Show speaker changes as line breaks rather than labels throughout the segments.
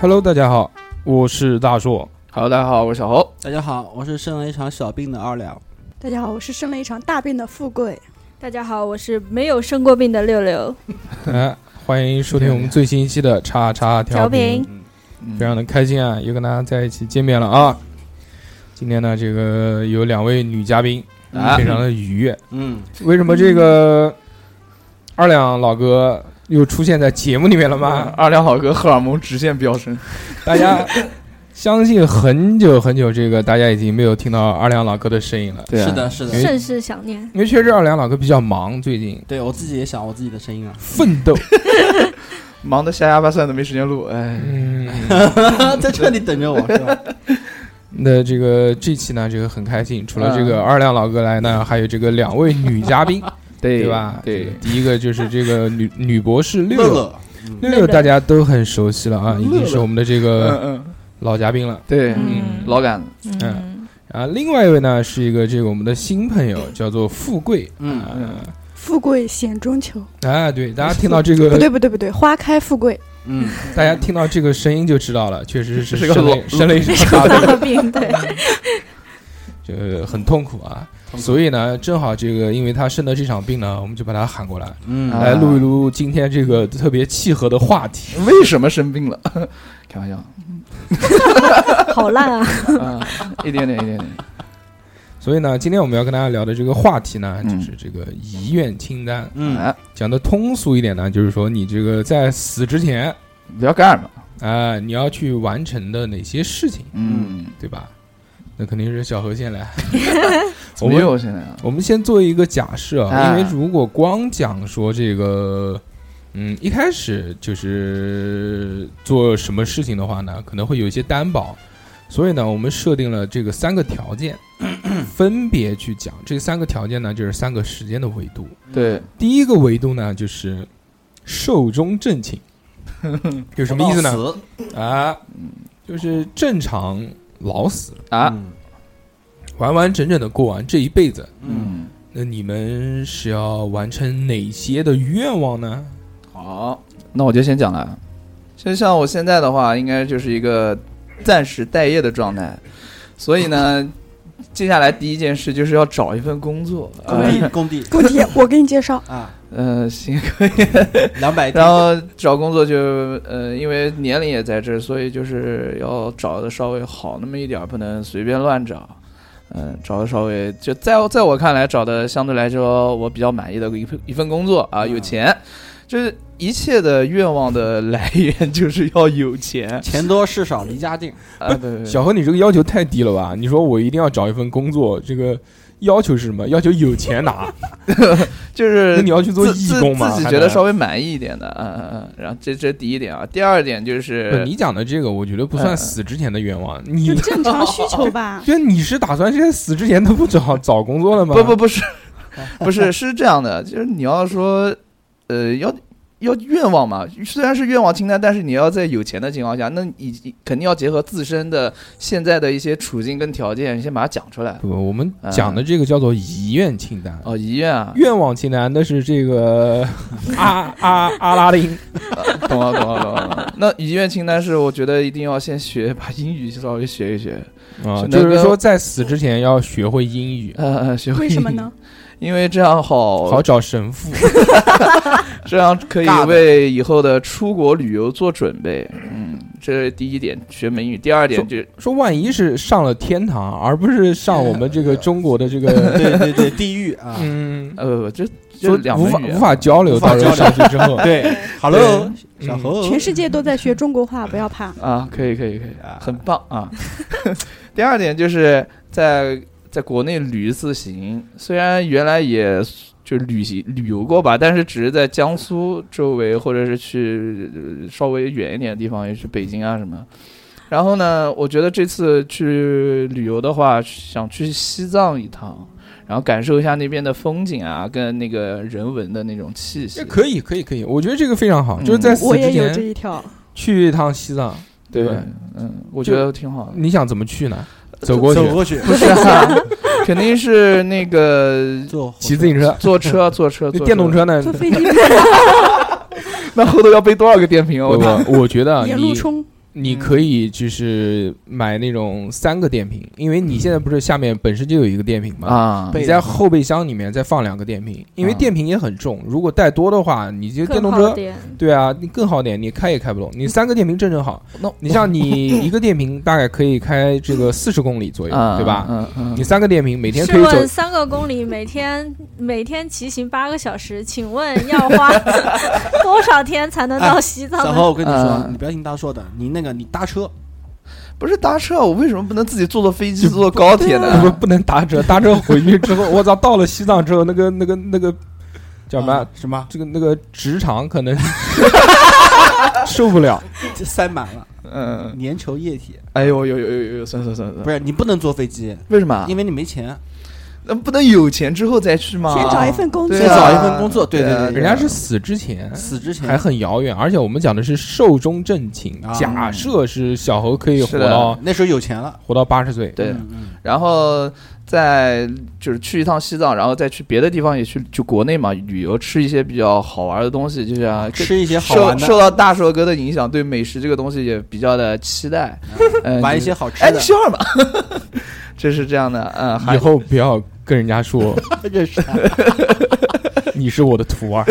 Hello，大家好，我是大硕。
Hello，大家好，我是小侯。
大家好，我是生了一场小病的二两。
大家好，我是生了一场大病的富贵。
大家好，我是没有生过病的六六。
哎，欢迎收听我们最新一期的叉叉调
调频，
非常的开心啊，又跟大家在一起见面了啊。今天呢，这个有两位女嘉宾，
啊
非常的愉悦。
嗯，
为什么这个二两老哥又出现在节目里面了
妈，
吗？
二两好哥荷尔蒙直线飙升，
大家相信很久很久，这个大家已经没有听到二两老哥的声音了，
对啊
是的，，
嗯
是的，
甚是想念。
因为确实二两老哥比较忙，最近。
对我自己也想我自己的声音啊
奋 斗。
忙得瞎哑巴算的，没时间录，哎，
嗯。
在这里等着我是吧？
那这个这期呢，这个很开心，除
嗯
了这个二亮老哥来呢，还有这个两位女嘉宾，
对
对吧？这
对
个，第一个就是这个 女女博士六
乐
六，六
乐，
六大家都很熟悉了啊，
嗯
已经是我们的这
嗯
个
嗯，
老嘉宾了。
对，
嗯
老感，
嗯，啊，另外一位呢是一个这个我们的新朋友，叫做富贵。
嗯
啊
嗯，
富贵险中求，
啊，对，大家听到这
不
个，
对不对不对，花开富贵。
嗯，
大家听到这个声音就知道了，确实是
是个
生了
老
生了一场大病，
大病，对，
就很痛苦啊。所以呢，正好这个，因为他生了这场病呢，我们就把他喊过来。
嗯
啊嗯
来录一录今天这个特别契合的话题。
为什么生病了？ 开玩笑，
好烂 啊！
啊，一点点，一点点，
所以呢，今天我们要跟大家聊的这个话题呢，
嗯
就是这个遗愿清单。
嗯，
哎，
讲的通俗一点呢，就是说你这个在死之前
不要干嘛，
啊、你要去完成的哪些事情，
嗯，
对吧？那肯定是小何先来。我
我没
们
有现在啊，
我们先做一个假设啊，
啊
因为如果光讲说这个，嗯，一开始就是做什么事情的话呢，可能会有一些担保，所以呢，我们设定了这个三个条件，分别去讲这三个条件呢，就是三个时间的维度。
对，
第一个维度呢，就是寿终正寝，有什么意思呢？
呢？
啊，就是正常老死，
啊，
嗯
完完整整的过完这一辈子。
嗯，
嗯，
那你们是要完成哪些的愿望呢？
好，那我就先讲了。就像我现在的话，应该就是一个暂时待业的状态，所以呢，接下来第一件事就是要找一份工作。
工
呃
地工 地，
问题我给你介绍
啊，
呃，行，
两百
然后找工作就呃，因为年龄也在这儿，所以就是要找的稍微好那么一点儿，不能随便乱找。嗯、找的稍微就在我在我看来，找的相对来说我比较满意的一份一份工作啊，有钱，就是一切的愿望的来源就是要有钱
钱多事少离家近，
啊，对对对，
小何，你这个要求太低了吧？你说我一定要找一份工作，这 个要求是什么？要求有钱拿。
就
那
是
你要去做
自
义工吗？
自自己
还
觉得
能
稍微满意一点的，嗯嗯嗯，然后这这第一点啊，第二点就
不
是
你讲的这个，我觉得不算
嗯
死之前的愿望。
就
你
正常需 求吧。
就你是打算现在死之前都不找找工作了吗？
不不，不是，不是是这样的，就是你要说，呃，要要愿望嘛，虽然是愿望清单，但是你要在有钱的情况下，那以及肯定要结合自身的现在的一些处境跟条件，先把它讲出来。
不不，我们讲的这个叫做遗愿清单。
哦，遗愿啊，
愿望清单那是这 个阿阿阿拉丁，
懂了懂了懂了懂了。那遗愿清单是我觉得一定要先学，把英语稍微学一学，
啊，就
是那
是
个
说在死之前要学会英语，
呃呃，学会
为什么呢？
英语？因为这样好，
好找神父。
这样可以
尬的
为以后的出国旅游做准备。嗯，这是第一点，学美语。第二点
说
就
说万一是上了天堂，而不是上我们这个中国的这 个，
对对对，地狱啊，
嗯，
呃，不这
说
这两
无
门
法
语言啊
无法交流，
无法
到时候
交
上
流
去之 后，
对，Hello，小侯，
全世界都在学中国话，不要怕。
啊，可以可以可以
啊，
很棒啊。 第二点就是在在国内旅一次行，虽然原来也就旅行旅游过吧，但是只是在江苏周围或者是去呃稍微远一点的地方，也是北京啊什么。然后呢，我觉得这次去旅游的话，想去西藏一趟。然后感受一下那边的风景啊，跟那个人文的那种气息
这，可以可以可以，我觉得这个非常好，
嗯
就是在
我
死之
也有这
前
一条，
去一趟西藏，
对
对
吧
吧？？
嗯，我
就
觉得挺好的。
你想怎么去呢？走过去
走，过去，
不是、啊， 肯定是那个
坐火
骑自行车，
坐车坐车
那
坐
电动，车呢？
坐飞机
那后头要背多少个电瓶啊？
我
我
我觉得啊
沿路
你
冲，
你可以就是买那种三个电瓶，因为你现在不是下面本身就有一个电瓶嘛，
啊，
备
你在后备箱里面再放两个电瓶，因为
啊
电瓶也很重，如果带多的话，你就电
更
动
好
车，
点。
对啊，你更好点，你开也开不动，你三个电瓶正正好。
那
你像你一个电瓶大概可以开这个四十公里左右，
啊，
对吧？
嗯嗯，
你三个电瓶每天可
试
以
问
走，
三个公里，每天每天骑行八个小时，请问要花 多少天才能到西藏
小
呢？
侯，我跟你说，
嗯
你不要听他说的，你那个你搭车，
不是搭车，我为什么不能自己坐坐飞机、坐坐高铁呢？
不不能打折，打折回去之后，我操，到了西藏之后，那个那个那个叫什么
啊？？什么？
这个那个直肠可能受不了，
这塞满了
嗯，
粘稠液体，
哎呦呦呦呦呦，算算算算，
不是你不能坐飞机，
为什么？啊
因为你没钱。
那不能有钱之后再去吗？
先找一份工作
对啊，
先找一份工作对对
啊
对
人家是死之前。
死之前
还很遥远，而且我们讲的是寿终正寝。
啊
假设是小猴可以
是
活
的
到
那时候有钱了，
活到八十岁，
对，
嗯嗯
然后再就是去一趟西藏，然后再去别的地方也去，就国内嘛旅游，吃一些比较好玩的东西，就像
吃一些好
受
玩
受
的，
到大硕哥的影响，对美食这个东西也比较的期 待，嗯，
玩一
就是
些好吃
哎，你
的。
笑什么？ 这是这样的，嗯，还
以后不要跟人家说
认 识
你是我的徒儿。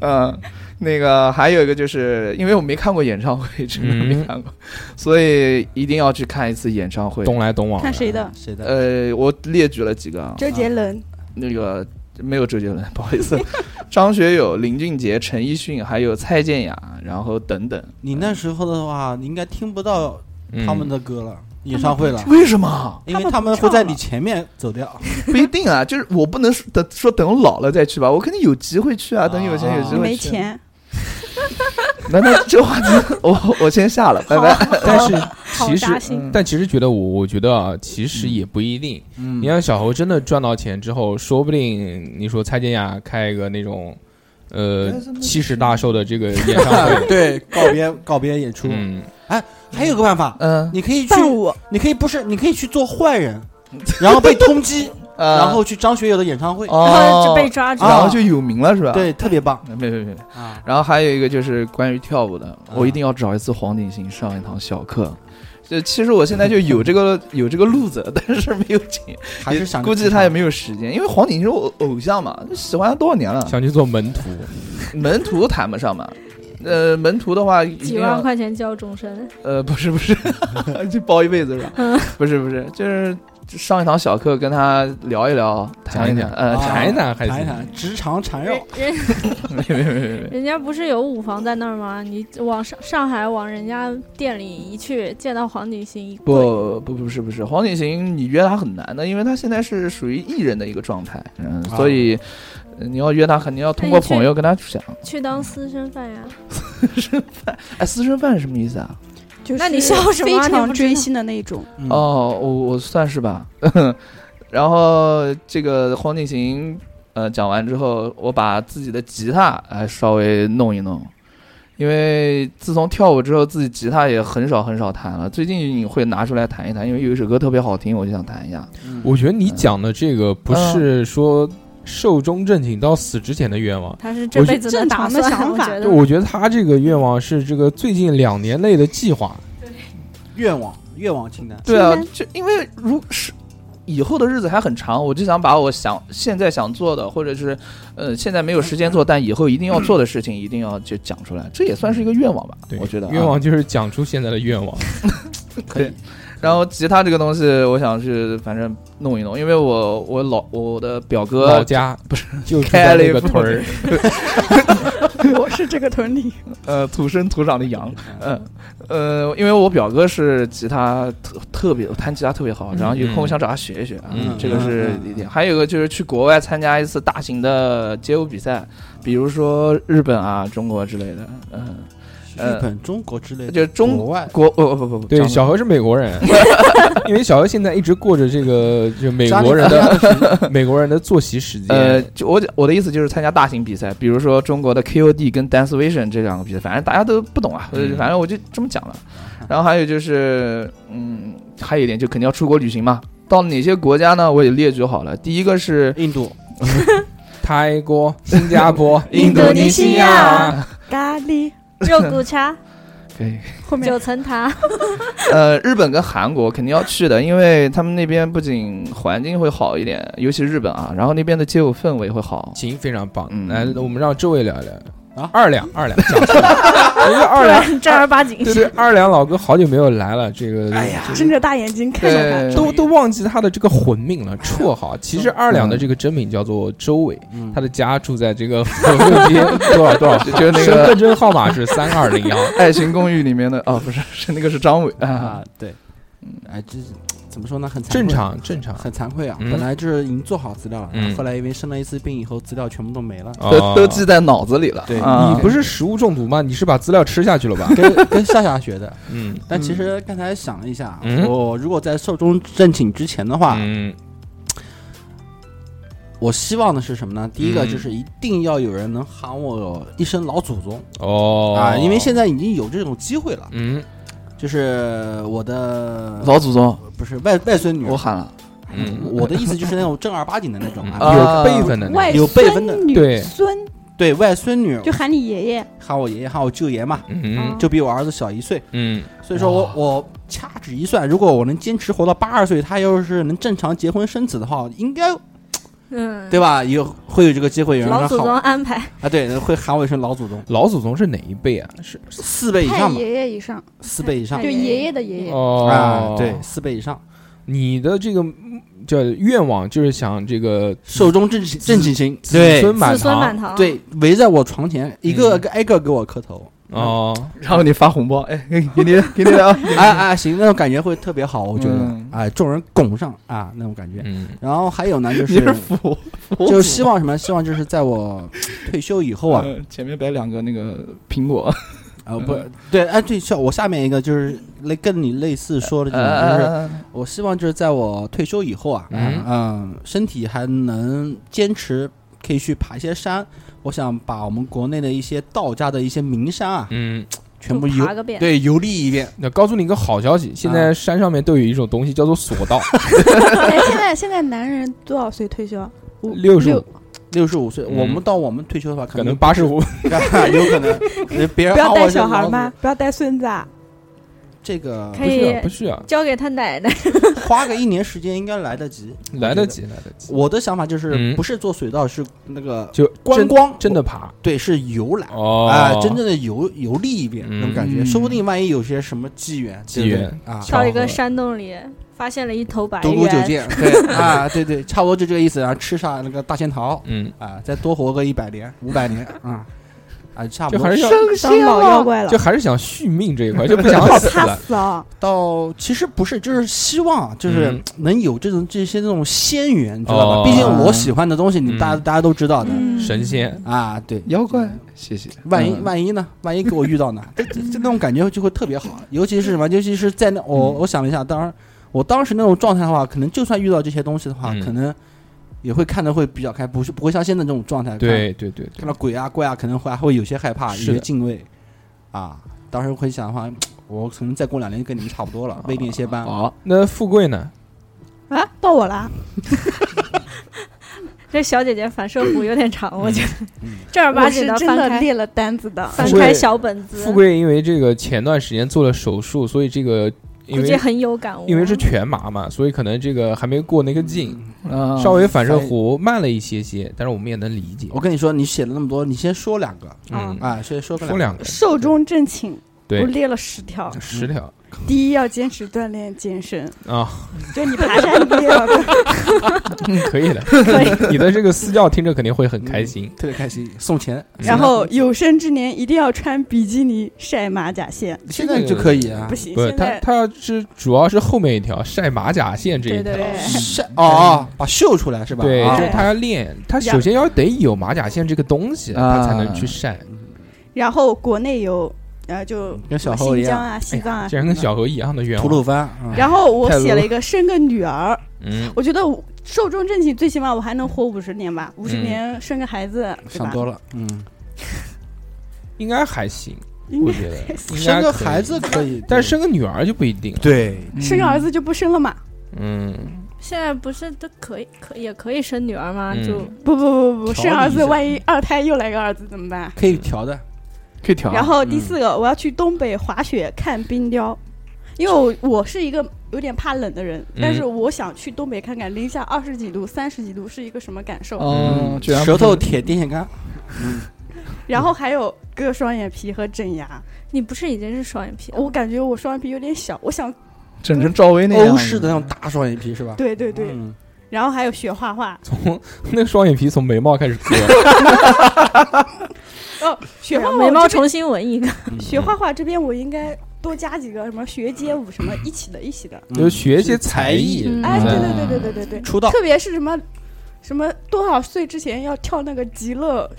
嗯，那个还有一个就是，因为我没看过演唱会，真的没
嗯
看过，所以一定要去看一次演唱会。
东来东往的
看，谁的？
谁的？
呃，我列举了几个啊，
周杰伦、
那个没有周杰伦，不好意思，张学友、林俊杰、陈奕迅，还有蔡健雅，然后等等。
你那时候的话，你应该听不到
嗯
他们的歌了，演唱会了，
为什么？
因为他们会在你前面走 掉。
不一定啊，就是我不能说等说等我老了再去吧，我肯定有机会去啊，等有钱有机
啊
会去。
没。钱，
那那这话题，我我先下了，拜拜。
但是
好
其实
扎心。
嗯
但其实觉得我我觉得啊，其实也不一定。
嗯，
你让小猴真的赚到钱之后，说不定你说蔡健雅开一个那种呃
但是那
七十大寿的这个演唱会
对告别告别演出，
嗯，
还有个办法，
嗯，
你可以去
伴舞
你可以不是，你可以去做 坏人，然后被通缉，
呃
然后去张学友的演唱会，
然后
哦
就被抓住
啊
了。
然后就有名了是吧？，
对，特别棒
没没没。
啊！
然后还有一个就是关于跳舞的，我
啊
一定要找一次黄景行上一堂小课。就其实我现在就有这个 有这个路子，但是没有钱，
还是想着
估计
去
他也
唱
没有时间，因为黄景行是我偶像嘛，喜欢他多少年了，
想去做门徒，
门徒谈不上嘛。呃，门徒的话一定
几
要
万块钱教终身，
呃，不是不是， 就包一辈子是吧？不是不是，就是上一堂小课，跟他聊一聊，
讲
谈
一
谈，
讲
呃，
啊
谈一谈还
谈一
行
谈职场缠
人
绕，
人
没有没有没有没有，
人家不是有舞房在那儿吗？你往上上海往人家店里一去，见到黄景行一跪，
不不不是不是，黄景行你约他很难的，因为他现在是属于艺人的一个状态，嗯，
啊
所以呃你要约他，肯定要通过朋友跟他讲。
去当私生饭呀。
哎，私生饭是什么意思啊？
就是
那你笑什么啊
非
你不
常
知
追
道
星的那种，
嗯
哦，我我算是吧。 然后这个黄景行，呃，讲完之后，我把自己的吉他哎稍微弄一弄，因为自从跳舞之后，自己吉他也很少很少弹了。最近会拿出来弹一弹，因为有一首歌特别好听，我就想弹一下。
嗯
我觉得你讲的这个不是说寿终正寝到死之前的愿望，
他是这辈子的打算，
正常的想
我
法
觉
就
得
我觉得他这个愿望是这个最近两年内的计划。
愿望愿望清单，
对啊
清单，
就因为如是以后的日子还很长，我就想把我想现在想做的，或者是呃现在没有时间做，但以后一定要做的事情，一定要就讲出来，这也算是一个愿望吧，
对，
我觉得啊
愿望。就是讲出现在的愿望。
可以
对然后吉他这个东西，我想是反正弄一弄，因为我我老我的表
老
哥
家不是就住
开
在
了一
那个
部
屯儿，
我是这个屯里，
呃土生土长的羊，嗯呃因为我表哥是吉他特特别弹吉他特别好，然后有空
嗯
想找他学一学啊，
嗯
这个是一点。还有一个就是去国外参加一次大型的街舞比赛，比如说日本啊、中国之类的。嗯，
呃
日本、中国之类的，
就中
国外
国哦不不不，
对，
讲
小何是美国 人，因为小何现在一直过着这个就美国人
扎
的美国人的作息时间。
呃，就我我的意思就是参加大型比赛，比如说中国的 KOD 跟 Dance Vision 这两个比赛，反正大家都不懂啊，
嗯
呃反正我就这么讲了。然后还有就是，嗯，还有一点就肯定要出国旅行嘛。到哪些国家呢？我也列举好了。第一个是
印度
泰国、新加坡、
啊
啊
印度尼西亚
亚、
咖喱
肉骨茶，
可以。
后面
九层塔，
呃，日本跟韩国肯定要去的，因为他们那边不仅环境会好一点，尤其日本啊，然后那边的街舞氛围会好。
行，非常棒。
嗯
来，我们让周伟聊一聊。
啊
二两，二两，讲出来人家 二
突
两，
然正儿八经。
对对，二两老哥好久没有来了，这个
哎呀，
睁着大眼睛看着
对
他，，
都都忘记他的这个混名
哎
了，绰号。其实二
嗯
两的这个真名叫做周伟，
嗯
他的家住在这个 府右街多少多少，
就 那
身
个
份证号码是三二零幺。
《爱情公寓》里面的哦，不是，是那个是张伟啊。
啊，对，哎，这怎么说呢？很惭愧
嗯正，常正常。
很惭愧啊。
嗯
本来就是已经做好资料了，
嗯
然后后来因为生了一次病以后，资料全部都没了。
都
哦
都记在脑子里了。
对
啊
你不是食物中毒吗？你是把资料吃下去了吧？
跟跟夏夏学的，
嗯
但其实刚才想了一下，啊
嗯
我如果在寿终正寝之前的话，
嗯
我希望的是什么呢？第一个
嗯
就是一定要有人能喊我一声老祖宗
哦
啊，因为现在已经有这种机会了，
嗯
就是我的
老祖宗，
不是外外孙女儿，
我喊了，
嗯
我的意思就是那种正儿八经的那种
嗯有
啊，
辈分的那
外
个
有辈分的
孙女
对
孙
对外孙女儿
就喊你爷爷，
喊我爷爷喊我舅爷嘛，
嗯
就比我儿子小一岁，
嗯
所以说我我掐指一算，如果我能坚持活到八十岁，他要是能正常结婚生子的话，应该
嗯，
对吧？有会有这个机会，有人
老
喊
祖
我
宗安排，
啊，对，会喊我一声老祖宗，
老祖宗是哪一辈啊？是
四倍以
太
上嘛，
爷爷以上，
四倍以上
太
就爷爷的爷爷，
哦
啊，对，四倍以上，
你的这个嗯叫愿望就是想这个
寿终正寝正寝行，
子
对
孙满
子孙满
堂
哦
堂。，
对，围在我床前，一个个挨个给我磕头，
哦，
然后你发红包，哎，给给你给你啊，
哎哎，行，那种感觉会特别好，我觉得
嗯，
哎，众人拱上啊，那种感觉。
嗯
然后还有呢，就
你是
是
佛，佛
就希望什么？希望就是在我退休以后
祖
啊，
呃前面摆两个那个苹果，
啊不对，哎对，像我下面一个就是类跟你类似
嗯
说的这种，就是我希望就是在我退休以后啊，
呃嗯
嗯，身体还能坚持，可以去爬一些山。我想把我们国内的一些道家的一些名山啊，
嗯，
全部
爬
游
个遍。
对游历一遍。
那告诉你一个好消息，现在山上面都有一种东西叫做索 道，
哎，现在现在男人多少岁退休啊？五
65
六
六十五岁，
嗯
我们到我们退休的话，
可能八十五。
有可 能别
哎
人
不
啊
喊
要
我
带
是
小孩
老祖
吗？？不要带孙子啊？
这个
不
可以
是啊，不是啊，
交给他奶奶，
花个一年时间应该来得及，
来得及，来得及，
我的想法就是
嗯
不是做水稻，是那个
就
观
真
光，哦
真的爬
对，是游览
哦
啊，真正的游游历一遍
嗯
那种感觉，
嗯
说不定万一有些什么机缘，
机缘
对不对啊，
到一个山洞里，发现了一头白
独孤九
猿，
剑，对啊，对对，差不多就这个意思，然后吃上那个大仙桃
嗯，
啊，再多活个一百年、五百年啊啊，差不
就
多
还
哎
是要
当老妖怪了
就，还是想续命这一块，就不想
好
死
怕
了。
死啊！
到其实不是，就是希望啊就是
嗯
能有这种这些这种仙缘，知道
哦
吧？毕竟我喜欢的东西，你们大
嗯
大家都知道的
嗯，
神仙，
啊，对。
妖怪，谢谢。
万一
嗯
万一呢？万一给我遇到呢？ 这这这那种感觉就会特别好，尤其是什么？尤其是在那我
嗯
我想了一下，当然我当时那种状态的话，可能就算遇到这些东西的话，
嗯
可能也会看的会比较开，不是不会像现在这种状态。
对对对
看，看到鬼啊怪啊，可能会还会有些害怕，有
是的
些敬畏啊。当时会想的话，我可能再过两年就跟你们差不多了，未练些斑。
哦
好，
那富贵呢？
啊，到我了啊，
这小姐姐反射弧有点长，我觉得
嗯
正儿八
我
经
是
的
真
翻
的
开
列了单子的，
翻
富
开
贵
小本子
富，贵因为这个前段时间做了手术，所以这个因
估计
为
很有感悟。
因为是全麻嘛，所以可能这个还没过那个劲，
啊
稍微反射弧慢了一些些，但是我们也能理解
我。跟你说，你写了那么多，你先说两个
嗯，
哦啊，先说个
说
两
两个，
寿终正寝，我
对，
列了十条。
十条
第一要坚持锻炼健身，
啊，
就你爬山你也 要
嗯可以的。
可以。
你的这个私教听着肯定会很开心
个，。特别开心，
嗯
送钱。
然后有生之年一定要穿比基尼晒马甲线，
现在就可以啊
不，行，
不是
现
他，
在
他是主要是后面一条晒马甲线这一
对
条
对，对，
晒哦哦，把秀出来是吧？
对，
啊
就是他要练，他首先要得有马甲线这个东西，
啊
他才能去晒。
然后国内有，呃，就
跟小猴一
新疆
样，
啊、西藏啊
哎竟。然跟小何一样的愿
吐
望。
鲁番。嗯
然后我
太多了
写了一个生个女儿，
嗯，
我觉得我寿终正寝，最起码我还能活五十年吧，五十
嗯
年生个孩子，对
想
吧？
多了，嗯，
应该还行，
应
我
该
觉得应该
生个
可以
孩子可以，
但生个女儿就不一定了。
对
生个儿子就不生了嘛？
嗯，
现在不是都可以可也可以生女儿吗？
嗯
就
不不不不不，
调
生儿
理一
子
下
万一二胎又来个儿子怎么办？
可以调的，
可以调啊。
然后第
嗯
四个，我要去东北滑雪看冰雕，因为我我是一个有点怕冷的人，但
嗯
是我想去东北看看零下二十几度、三十几度是一个什么感受。
哦
嗯，居然
舌头舔电线杆，
然后还有割双眼皮和整牙，
你不是已经是双眼皮
哦
了吗？
我感觉我双眼皮有点小，我想
整成赵薇那样。
欧式的那种大双眼皮是吧？
对对对，
嗯
然后还有学 画画，
从那双眼皮从眉毛开始割，
哦，学
啊
画画
啊眉毛
我这边
重新纹一个，
学画画这边我应该多加几个什么学街舞什么一起的一起的，
嗯
就学一些才
才
艺
嗯。
哎，
嗯
对对对对对对对，
嗯
出道
特别是什么什么多少岁之前要跳那个极乐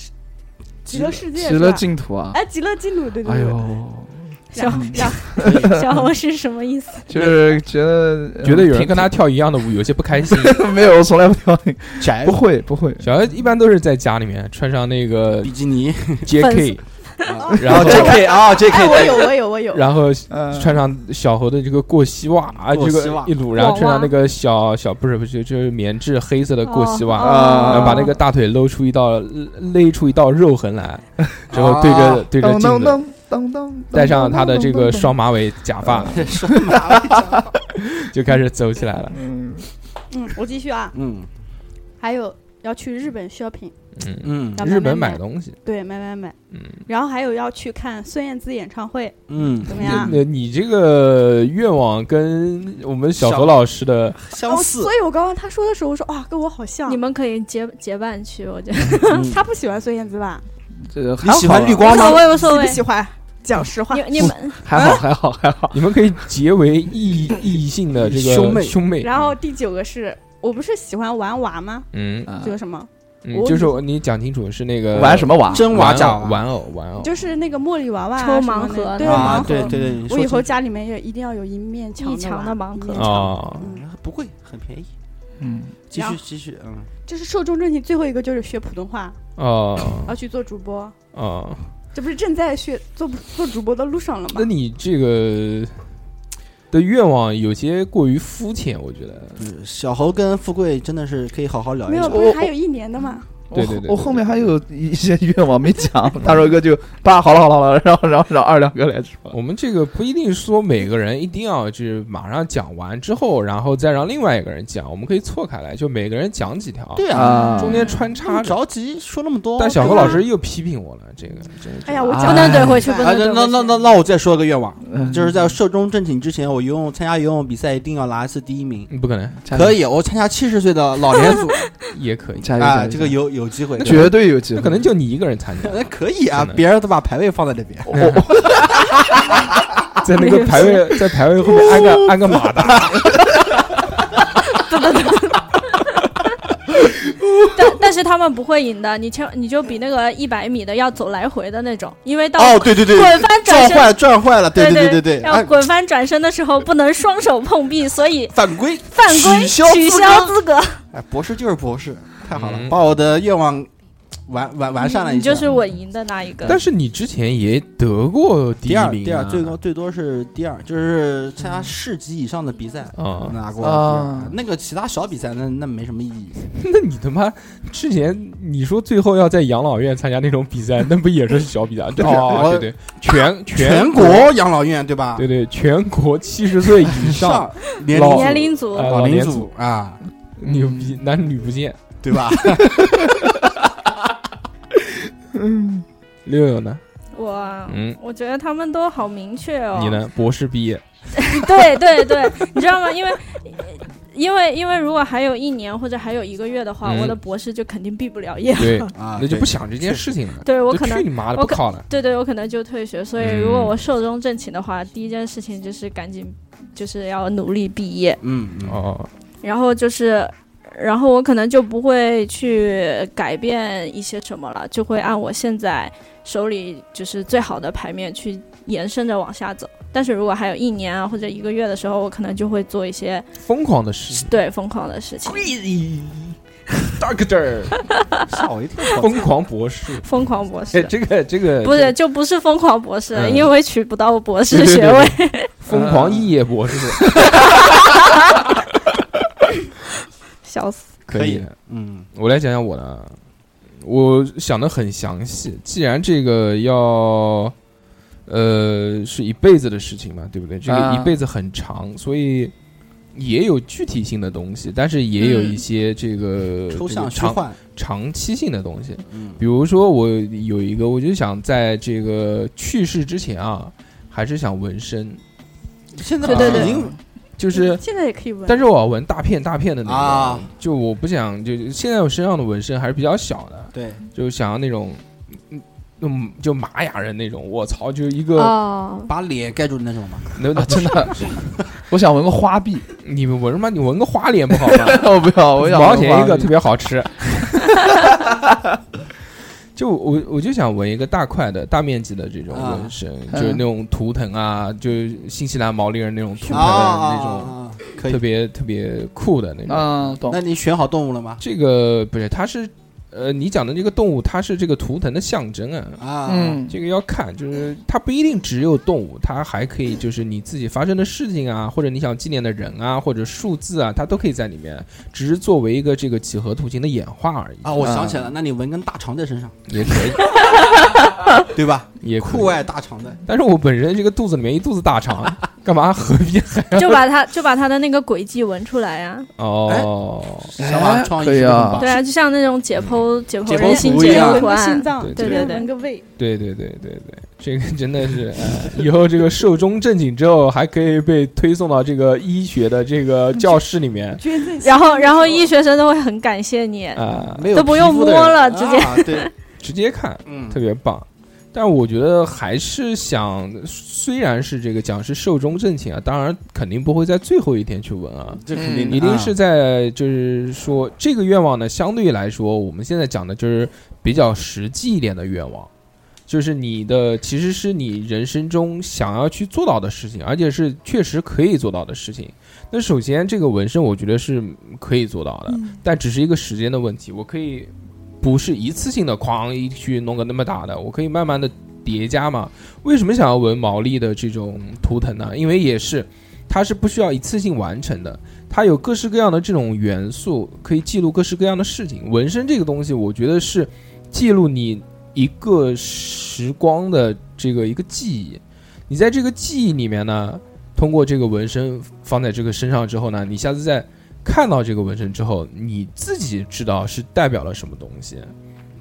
极乐世界
极乐
是吧？
净土啊！
哎，极乐净土，对对
哎
对，
呦，
小
然后
嗯
小红是什么意思？
就是觉得呃
觉得有人
挺
跟他跳一样的舞，有些不开 心。
没有，我从来不跳那个，
宅
不会不会。
小孩一般都是在家里面穿上那个
比基尼
JK，
哦
然 后
，JK 啊
哎，我
，JK
有我有我 有，
然后
嗯，
穿上小猴的这个过膝袜啊，这
过膝
个
袜
一撸，然后
网
穿上
袜
那个小小不是不是就是棉质黑色的 过膝
哦
哦
袜，
啊
然后把那个大腿露出一道勒出一道肉痕来，之后对着对着
嗯当
镜
当
子，
当当当，
戴上他的这个双马尾假发，
说哪来着
就开始走起来了。
嗯，
嗯，我继续啊，
嗯
还有要去日本 shopping，
嗯，
嗯
要慢慢
日本买
买
东西，
对，买买买，
嗯，
然后还有要去看孙燕姿演唱会，
嗯，
怎么样？
那你这个愿望跟我们小
小
何老师的
相
哦
似
所，以我刚刚他说的时候，我说啊，跟我好像。
你们可以结结伴去，我 觉得
嗯
他不喜欢孙燕姿吧？
这个
你
还
喜
好啊
欢
吧
绿光
无所
吗？
谓无所谓
不。喜欢，讲实话。
你你们
还好还好还好，
你们可以结为异异性的这个
兄妹
兄妹，
然后第九个是我不是喜欢玩娃吗？
嗯，
啊
就是什么，
嗯
我
就是我你讲清楚是那个
玩什么玩？
真娃啊假
玩偶玩偶，
就是那个茉莉娃娃啊
抽
什么
盲
的
盒
对
那
啊
盲盒。
对对对，你
我
说
以后
这
家里面也一定要有一面墙
一墙
娃
的盲盒
一面墙
哦，
嗯
不会很便宜，
嗯，
继
然
续
后
继续，嗯，
就是寿终正寝，最后一个就是学普通话，
哦
要去做主播。
哦，
这不是正在学做做主播的路上了
那
吗？
你这个的愿望有些过于肤浅，我觉得。
嗯小猴跟富贵真的是可以好好聊
没
一
有，
聊。
不是还有一年的吗？
我
对对对
我
对
后
对
面还有一些愿望没讲，大帅哥就爸，好了好了好了，然后然后让二两哥来说，
我们这个不一定说每个人一定要就是马上讲完之后，然后再让另外一个人讲，我们可以错开来，就每个人讲几条，
对
啊
啊，
中间穿
那么
插着。
着急说那么多，
但小何
对
老
啊
师又批评我了，这个这个。
哎呀，我
啊
讲
不能怼回去，
哎
不
啊，
能
那
怼
那
回去。
那那那我再说个愿望，
嗯
就是在寿终正寝之前，我游泳参加游泳比赛一定要拿一次第一名。
嗯不可能，
可，以，我参加七十岁的老年组
也 可以，
加油加油！
啊，
加油
这个有有机会。
绝对有机
那
会，
可 能就你一个人参加，
那可以啊，
真的
别人都把排位放在那边。
我我
在那个排位，在排位后面安个安个马 达，
但但是他们不会赢的，你千你就比那个一百米的要走来回的那种，因为到
哦，对对对，
滚翻
撞
转身，
坏撞坏了，对
对
对对
要
哎，
滚翻转身的时候不能双手碰壁，所以
犯规，
犯规
取
取
消资
消
格
资格。
哎，博士就是博士，太好
嗯
了，把我的愿望完完完善了
你
一下。
就是我赢的那一个。
但是你之前也得过第
第
一
二，
名啊，
第二最多最多是第二，就是参加市级以上的比赛。
啊！
拿过
啊
第二那个其他小比赛那那没什么意义，
那 你他妈之前你说最后要在养老院参加那种比赛，那不也是小比赛？对
哦
对对，全
全国养老院对吧？
对对全国七十岁以上
上年
老
年龄组
啊
老
年
龄
组
组啊，
牛逼，男女不限。
对 吧？
六六呢？
我
嗯
我觉得他们都好明确哦。
你？呢？博士毕业，
对对对，你知道吗？因为。因为因为如果还有一年或者还有一个月的话，
嗯
我的博士就肯定毕不了业了。
对，
啊，
那就
对
不想这件事情了。
对我
就
可能
去你妈的，
我
不
可
考了。
对对，我可能就退学，所以
嗯
如果我寿终正寝的话，第一件事情就是赶紧，就是要努力毕业，
嗯嗯
哦，
然后就是，然后我可能就不会去改变一些什么了，就会按我现在手里就是最好的牌面去延伸着往下走。但是如果还有一年啊或者一个月的时候，我可能就会做一些
疯狂的事情
对疯狂的事情，
，Doctor，
吓我 一跳。
疯狂博士。
疯狂博
哎，
士。
这个这个
不是，就不是疯狂博士，
嗯
因为取不到博士
对对
学
对
位。
疯
嗯
狂异业博士，
笑死！
可以的。
嗯，
我来讲讲我的啊，我想的很详细。既然这个要，呃，是一辈子的事情嘛，对不对？这个
啊
一辈子很长，所以也有具体性的东西，但是也有一
嗯
些这个
抽
这
象
个
虚
长
幻，
长期性的东西。
嗯，
比如说，我有一个，我就想在这个去世之前啊，还是想纹身，
现在
对对对
已经
就是
现在也可以纹，
但是我要纹大片大片的那种，
嗯啊
就我不想就现在我身上的纹身还是比较小的，
对
就想要那种，嗯嗯，就玛雅人那种，我操，就一个
哦，
把脸盖住的那种嘛，
能、真的，
我想纹个花臂，
你们纹什么？你纹个花脸不好吗？
我不要， 我
五
想
毛
纹花
钱一个，
臂
特别好 吃。就我我就想纹一个大块的、大面积的这种
啊
纹身，
嗯
就是那种图腾啊，就是新西兰毛利人那种图腾的
啊啊
那
啊
种，
啊啊可
特
以。
别特别酷的那种。
嗯，懂
那你选好动物了吗？
这个不是，它是呃，你讲的这个动物，它是这个图腾的象征啊。
啊，
嗯，
这个要看，就是它不一定只有动物，它还可以就是你自己发生的事情啊，或者你想纪念的人啊，或者数字啊，它都可以在里面，只是作为一个这个几何图形的演化而已，
啊，我想起来了，那你纹根大肠在身上，
也可以，
对吧？
也可以
酷爱大肠的，
但是我本身这个肚子里面一肚子大肠，干嘛何必还
就把它就把它的那个轨迹纹出来啊，
哦？
想法创意
可以啊
是很棒
对啊，就像那种解剖解
解剖
剖人性
图一
解
样
剖
纹
图
个心
案，
脏，
对
对
有人
对
纹个胃，
对对对对对，这个真的是，呃、以后这个寿终正寝之后，还可以被推送到这个医学的这个教室里面
捐赠。
然后然后医学生都会很感谢你，
啊、
没有
都不用
皮肤的人
摸了直接
啊对，
直接看，
嗯
特别棒。但我觉得还是想，虽然是这个讲是寿终正寝啊，当然肯定不会在最后一天去纹啊，
这
肯定的
一
嗯
定是在就是说这个愿望呢，相对来说我们现在讲的就是比较实际一点的愿望，就是你的其实是你人生中想要去做到的事情，而且是确实可以做到的事情。那首先这个纹身，我觉得是可以做到的，
嗯
但只是一个时间的问题。我可以不是一次性的哐一去弄个那么大的，我可以慢慢的叠加嘛。为什么想要纹毛利的这种图腾呢？因为也是，它是不需要一次性完成的，它有各式各样的这种元素，可以记录各式各样的事情。纹身这个东西，我觉得是记录你一个时光的这个一个记忆。你在这个记忆里面呢，通过这个纹身放在这个身上之后呢，你下次再看到这个纹身之后，你自己知道是代表了什么东西，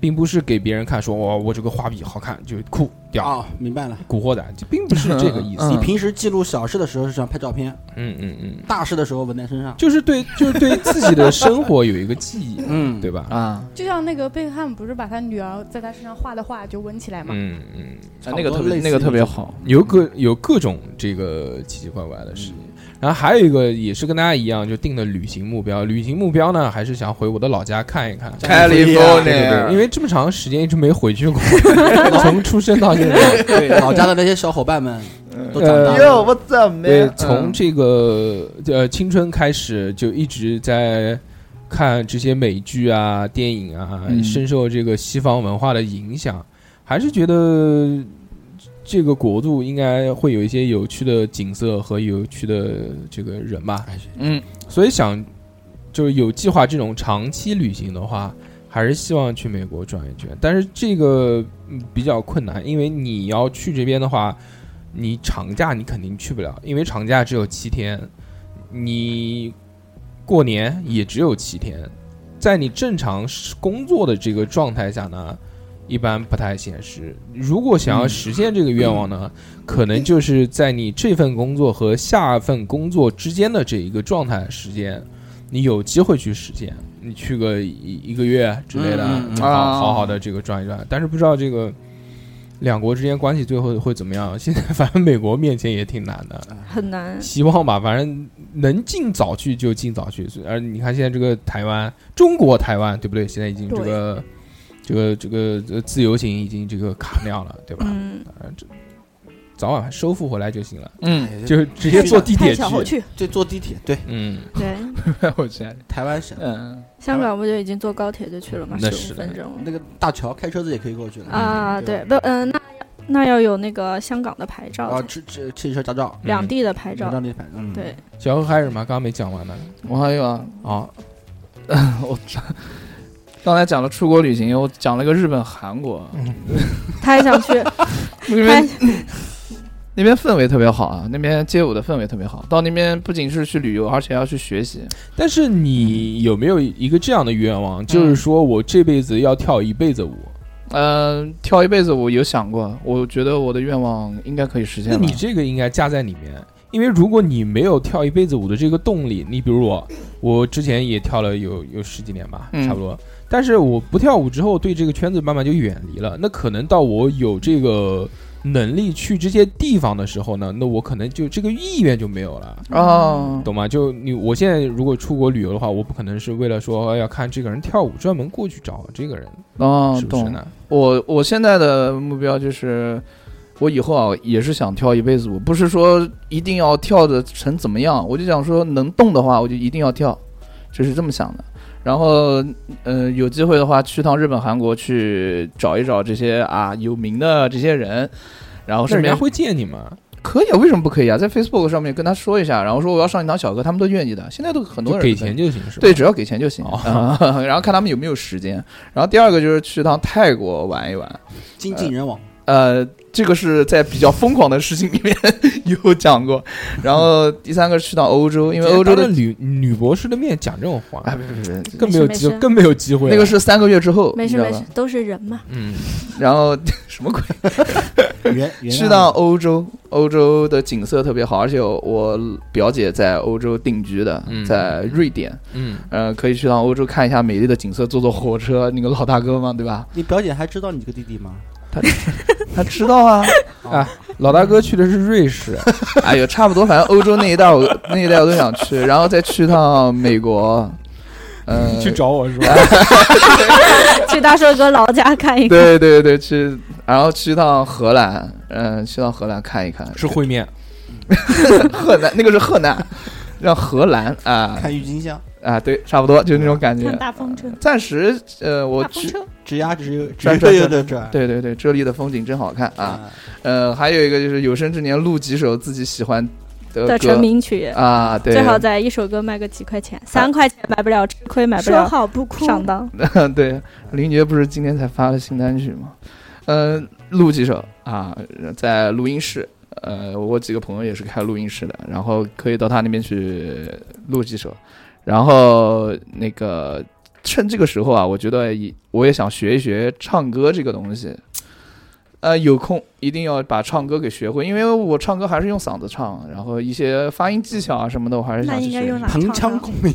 并不是给别人看说哇我这个画笔好看就酷屌。
啊，明白了。
古惑仔，这并不是这个意思。
你
嗯
平时记录小事的时候是想拍照片，
嗯嗯嗯，
大事的时候纹在身上，
就是对， 就是对自己的生活有一个记忆，
嗯，
对吧？
啊，
就像那个贝克汉姆不是把他女儿在他身上画的画就纹起来嘛，
嗯嗯，
差不
那
多
个特别
类似
那
于
个特别
这种
好，
有各有各种这个奇奇怪怪的事情。然后还有一个也是跟大家一样，就定的旅行目标。旅行目标呢，还是想回我的老家看一看。
开了一波
对对对，因为这么长时间一直没回 去过，从出生到现在。
对
老家的那些小伙伴们都长大
呃
了，
我怎么
对，从
嗯
这个呃青春开始就一直在看这些美剧啊、电影啊，
嗯
深受这个西方文化的影响，还是觉得这个国度应该会有一些有趣的景色和有趣的这个人吧，
还是
嗯
所以想就是有计划这种长期旅行的话。还是希望去美国转一圈，但是这个嗯比较困难，因为你要去这边的话，你长假你肯定去不了，因为长假只有七天，你过年也只有七天，在你正常工作的这个状态下呢，一般不太现实。如果想要实现这个愿望呢，
嗯
可能就是在你这份工作和下份工作之间的这一个状态时间。你有机会去实现，你去个一一个月之类的，
嗯嗯嗯
好
啊
好好的这个转一转，但是不知道这个两国之间关系最后会怎么样？现在反正美国面前也挺难的，
很难。
希望吧，反正能尽早去就尽早去。而你看现在这个台湾，中国台湾对不对？现在已经这个这个这个呃自由行已经这个卡掉了，对吧？
嗯，
早晚收复回来就行了，
嗯，
就直接坐地铁
派小猴
去。
去，
就坐地铁，对，
嗯，
对，
我去，
台湾省
嗯，
香港不就已经坐高铁就去了吗？
那
十
是
五
的
分钟
那个大桥开车子也可以过去了
啊，
嗯
对，
对
不，嗯，那那要有那个香港的牌
啊，
照，
汽汽汽车驾照，
两地的牌
驾
照
照，那嗯反正
对，
嗯
啊
哦小何还有什么？刚刚没讲完呢。
我还有啊，
啊，
我刚才讲了出国旅行，我讲了个日本、韩国，
他也想去，
因
他
为 那边氛围特别好啊，那边街舞的氛围特别好。到那边不仅是去旅游，而且要去学习。
但是你有没有一个这样的愿望，就是说我这辈子要跳一辈子舞？
嗯、跳一辈子舞有想过，我觉得我的愿望应该可以实现
那
了。
你这个应该加在里面，因为如果你没有跳一辈子舞的这个动力，你比如我，我之前也跳了有有十几年吧，
嗯
差不多。但是我不跳舞之后，对这个圈子慢慢就远离了。那可能到我有这个能力去这些地方的时候呢，那我可能就这个意愿就没有了。
哦，
懂吗？就你，我现在如果出国旅游的话，我不可能是为了说要看这个人跳舞，专门过去找这个人，
哦，
是不是
懂。
呢？
我我现在的目标就是，我以后啊也是想跳一辈子舞，不是说一定要跳的成怎么样，我就想说能动的话，我就一定要跳，就是这么想的。然后，呃，有机会的话，去趟日本、韩国去找一找这些啊有名的这些人，然后
那
顺
人家
便
会见你吗？
可以啊，为什么不可以啊？在 Facebook 上面跟他说一下，然后说我要上一堂小课，他们都愿意的。现在都很多
就
人
给
都可以
钱就行，是吧？
对，只要给钱就行、
哦
啊。 然后看他们有没有时间。然后第二个就是去趟泰国玩一玩，
精尽人亡。
呃，这个是在比较疯狂的事情里面有讲过。然后第三个是去到欧洲，因为欧洲
当
的
着女女博士的面讲这种话，
啊，别别别，别
更没有机
没事没事
更没有机会了。
那个是三个月之后，
没事
你知
没
道
事
吧，
都是人嘛。
嗯，
然后 什么鬼？呃
原原
去到欧洲，欧洲的景色特别好，而且我表姐在欧洲定居的
嗯，
在瑞典，
嗯
呃，可以去到欧洲看一下美丽的景色，坐坐火车。那个老大哥嘛，对吧？
你表姐还知道你这个弟弟吗？
他知道 啊，
啊，老大哥去的是瑞士，
哎呦，差不多，反正欧洲那一带我那一带我都想去，然后再去趟美国， 嗯、
去找我是吧？
去大帅哥老家看一看。
对对对，去，然后去趟荷兰，嗯、去趟荷兰看一看，
是烩面，
河南，那个是河南， 让荷兰啊
看郁金香，
啊，对，差不多就是那种感觉
看。大风车，
暂时，呃，我
大风
去，
车，
直压直
转转
直对对转
对对对，这里的风景真好看啊。！呃，还有一个就是有生之年录几首自己喜欢的
的成
歌
名曲，
啊，对，
最好再一首歌卖个几块钱，三块钱买不了吃亏，买不
说
了
好不哭，
上当。
对，林杰不是今天才发了新单曲吗？呃，录几首啊，在录音室。呃，我几个朋友也是开录音室的，然后可以到他那边去录几首。然后那个趁这个时候啊，我觉得也我也想学一学唱歌这个东西。呃，有空一定要把唱歌给学会，因为我唱歌还是用嗓子唱，然后一些发音技巧啊什么的，我还是
那
想去
应该
学。
用哪唱
盆
呢？
腔共鸣，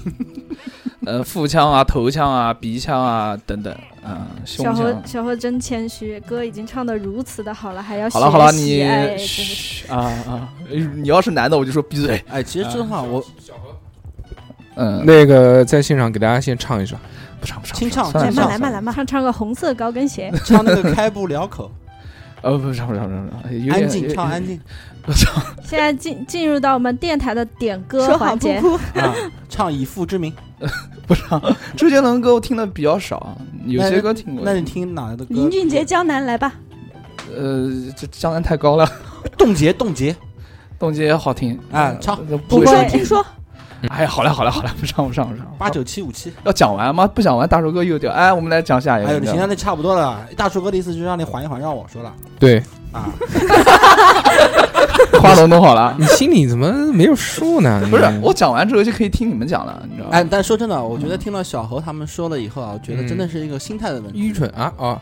呃，腹腔啊、头腔啊、鼻腔啊等等，啊、胸
小
腔
何。小何真谦虚，歌已经唱得如此的好了，还要
好了好了，
学习
你
哎真是
嘘啊啊！你要是男的，我就说闭嘴。
哎，其实这
啊
话我
嗯，
那个在现场给大家先唱一首，
不唱不唱，
清唱
算了
来
算了
清唱
嘛嗯来嘛
算了
来嘛，
唱唱个红色高跟鞋，
唱那个开不了口，
呃，不唱不唱不唱不唱，有点
安静唱安。静
现在进进入到我们电台的点歌
说好
环
不
节，
哭，
啊，唱以父之名。
有周杰伦歌我听的比较少，有些歌听过。
那你听哪来的歌？
林俊杰《江南》来吧，
呃，这江南太高了，
冻结冻结，
冻结好听
啊唱
呃
听
不
说
会
听说，
哎，好了好了好了，不唱不唱不唱。
八九七五七。
要讲完吗？不讲完，大叔哥又掉。哎，我们来讲下一
哎呦，
个
你。行了，那差不多了。大叔哥的意思就是让你缓一缓，让我说了
对
啊。
话筒弄好了，
你心里怎么没有数呢？
不是
你
我讲完之后就可以听你们讲了，你知
嗯
道吗？
哎，但说真的，我觉得听了小侯他们说了以后啊，我觉得真的是一个心态的问题。
愚蠢啊啊！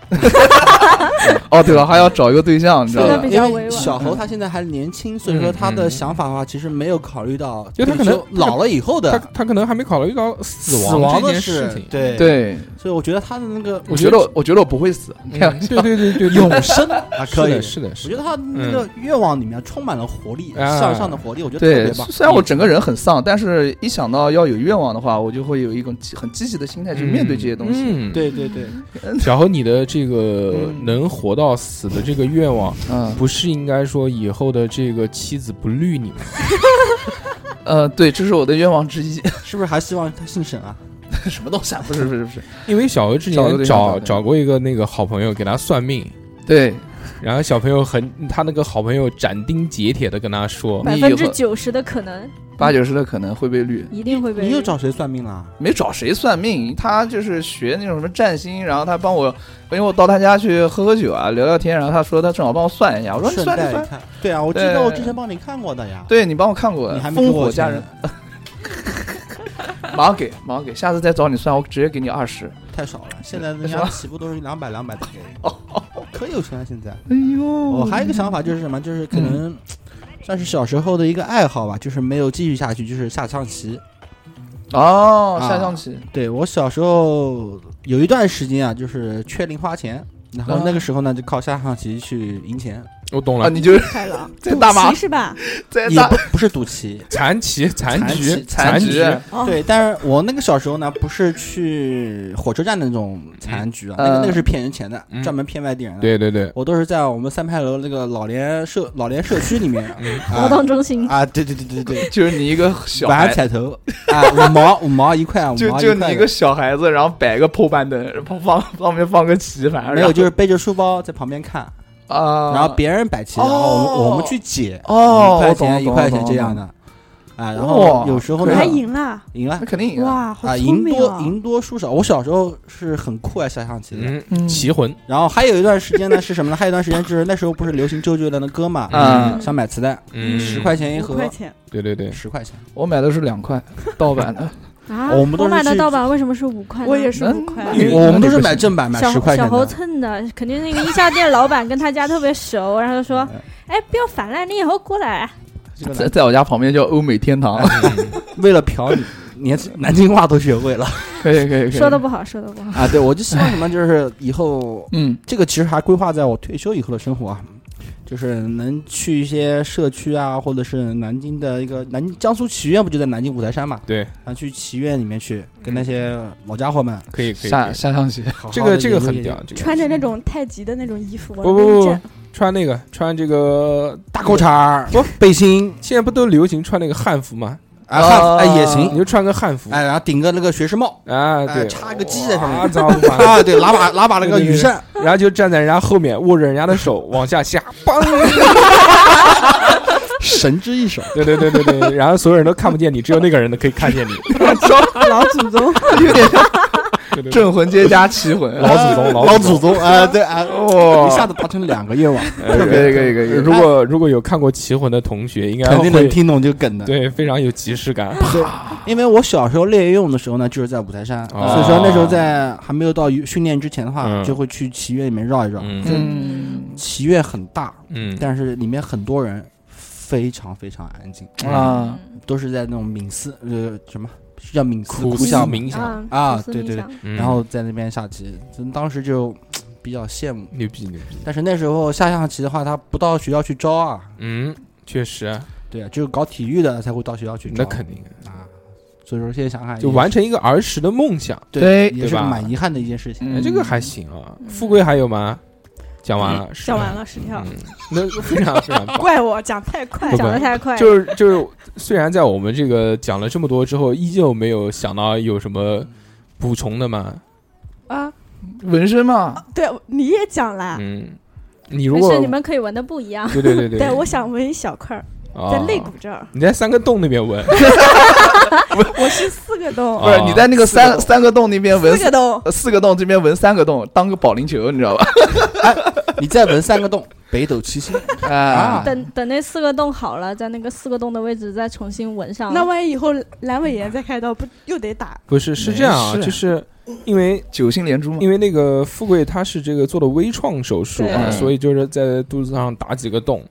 哦，对了，还要找一个对象，你知道
说
吧
得？比较
因
委
为
婉
小侯他现在还年轻，所以说他的想法的话，其实没有考虑到，
嗯因为他可能
老了以后
他
的
他可能还没考虑到死
啊死
亡这
的
件
事
事情，，嗯
对，
对，
所以我觉得他的那个
我
我
觉
觉
得
得我觉得我不会死，
嗯对对对对，永生
啊
是的，是的，
我
是
觉
的。
得他那
嗯
个愿望里面充满了活力，
啊
向上的活力，我觉得特
对，
别棒。
虽然我整个人很丧，但是一想到要有愿望的话，我就会有一种积很积极的心态去面对这些东西。
嗯，
对对对，
小侯，你的这个
嗯
能活到死的这个愿望，
嗯，
不是应该说以后的这个妻子不绿你吗？
呃，对，这是我的愿望之一。
是不是还希望他姓沈啊？
什么东西啊？不是不是不是，
因为小何之
找个
前
对象
找
找对象
找过一个那个好朋友给他算命，
对，
然后小朋友很，他那个好朋友斩钉截铁的跟他说，
百
你以
分之
后
九十的可能
八九十的可能会被绿。
一定会被
你又找谁算命了？
没找谁算命，他就是学那种什么占星，然后他帮我，因为我到他家去喝喝酒啊，聊聊天，然后他说他正好帮我算一下，我说你
顺
算
带
你
一
算，
看，对啊，我记
对
得我之前帮你看过的呀，
对你帮我看过
你还
《
没给
烽
我
火佳
钱
人
呢》，
马上给，马上给，下次再找你算，我直接给你二十。
太少了。现在人
什
家
么
起步都是两百两百的给，
哦，
可有钱了现在。
哎呦，我
我还有一个想法就是什么，就是可能
嗯
算是小时候的一个爱好吧，就是没有继续下去，就是下象棋。
哦，
啊
下象棋，
对我小时候有一段时间啊，就是缺零花钱，然后那个时候呢就靠下象棋去赢钱，
我懂
啊，
了，
你 就是
开 了，
在大马
赌棋是吧？
在
也
大
不不是赌棋，
残棋、残局、
残
局
局，，
哦
对，但是我那个小时候呢，不是去火车站的那种残局啊，
嗯
那个
呃
那个是骗人钱的，
嗯
专门骗外地人的。，
对对对，
我都是在我们三牌楼那个老年社老年社区里面
嗯
活
啊
动中心
啊，对对对对对，
就是你一个小
晚上
孩，
彩头啊，五毛五毛一块，啊五毛
就
块
就你一
的
个小孩子，然后摆个破板凳，然后放旁边放个棋盘，
没有，就是背着书包在旁边看，
然后啊，
然后别人摆棋，然后我们
哦
我们去解，嗯
哦，
一
我
块
懂
钱一块钱这样，
我懂我懂我懂
的，啊，然后有时候呢
你
啊
还赢了，
赢了
那肯定赢啊，
哇，好
啊，
聪
赢
明
多
啊！
赢多输少。我小时候是很酷爱下象棋的，
嗯，
嗯
棋魂，
然后还有一段时间呢是什么呢？还 有一段时间就是那时候不是流行周杰伦的歌嘛，
嗯，
想买磁带，
嗯，
十块钱一
五
盒，
块钱
对对对，
十块钱，
我买的是两块盗版的，
啊！
我们都是
买的
去
盗版为什么是五块呢？
我也是五
嗯
块，
因为
我
那
们都
不
是
行
买正版，买
小
十块
小
钱
猴
的。
蹭的，肯定那个一家店老板跟他家特别熟，然后就说：“哎，不要反了，你以后过来。啊
这个
在
呢
在我家旁边叫欧美天堂，
为了嫖你， 连南京话都学会了
可以可以可以，”
说的不好，说的不好。
啊！对，我就希望 什么，就是以后
嗯
这个其实还规划在我退休以后的生活啊，就是能去一些社区啊，或者是南京的一个南江苏棋院，不就在南京五台山嘛？
对，
然后去棋院里面去跟那些老家伙们
可以可以，可
下
以
下象棋，
好好
这个
地
这个
研究
很
研究
屌，这个
穿着那种太极的那种衣服，
不不不不穿那个穿这个
大裤衩儿、背心
现在不都流行穿那个汉服吗？
啊，汉服哎也
你
行，
就穿个汉服，
哎，然后顶个那个学士帽，
啊，
哎，
对，
插个鸡在上
啊
面。
脏不
啊，对，拿把拿把那个雨伞，
然后就站在人家后面，握着人家的手往下下，梆！
神之一手，
对对对对对，然后所有人都看不见你，只有那个人可以看 见你。
老祖宗，
有点像
对对对
镇魂街加棋魂，
老祖宗
哎老
老
祖
祖
宗，哎，对，哎，
哦
一下子达成两个 愿望，
可以可以可以可以，
哎如果如果有看过《棋魂》的同学，应该
肯定能
会
听懂这个梗的。
对非常有即视感。
对，因为我小时候练游泳的时候呢，就是在五台山，
哦
所以说那时候在还没有到训练之前的话，
嗯
就会去棋院里面绕一绕。
嗯
嗯
棋院很大，
嗯，
但是里面很多人，非常非常安静，
啊，
都是在那种冥思呃什么是叫冥思
苦思
想
冥想，
嗯
啊
苦思
对
冥
对对
想
嗯
然后在那边下棋，真当时就比较羡慕。
牛逼牛逼，
但是那时候下象棋的话，他不到学校去招啊，
嗯，确实啊，
对啊，就是搞体育的才会到学校去招。
那肯定
啊，所以说现在想想
就
也
完成一个儿时的梦想，
对，
对
也是
吧
蛮遗憾的一件事情。
哎这个还行啊。富贵还有吗？讲完了，
嗯讲完了十条
嗯，， 那非常 非常棒。
怪我讲太快
嗯不
讲
不
的太快了，
就是就是，虽然在我们这个讲了这么多之后，依旧没有想到有什么补充的嘛。
啊！
纹身嘛，
对，你也讲了，
嗯，你如
没
果
事，你们可以闻的不一 样。
对对对 对
对，我想纹一小块儿，
啊
在肋骨这儿，
你在三个洞那边纹，
我是四个洞，
不是你在那个三
四个洞
三个洞那边纹
四个洞，
呃四个洞，这边纹三个洞，当个保龄球，你知道吧？
你再纹三个洞，北斗七星。
啊
等等那四个洞好了，在那个四个洞的位置再重新纹上。
那万一以后阑尾炎再开刀，不又得打？
不是是这样啊，
没
就
事
是因为
九星连珠嘛，
因为那个富贵他是这个做的微创手术啊，
对
所以就是在肚子上打几个洞，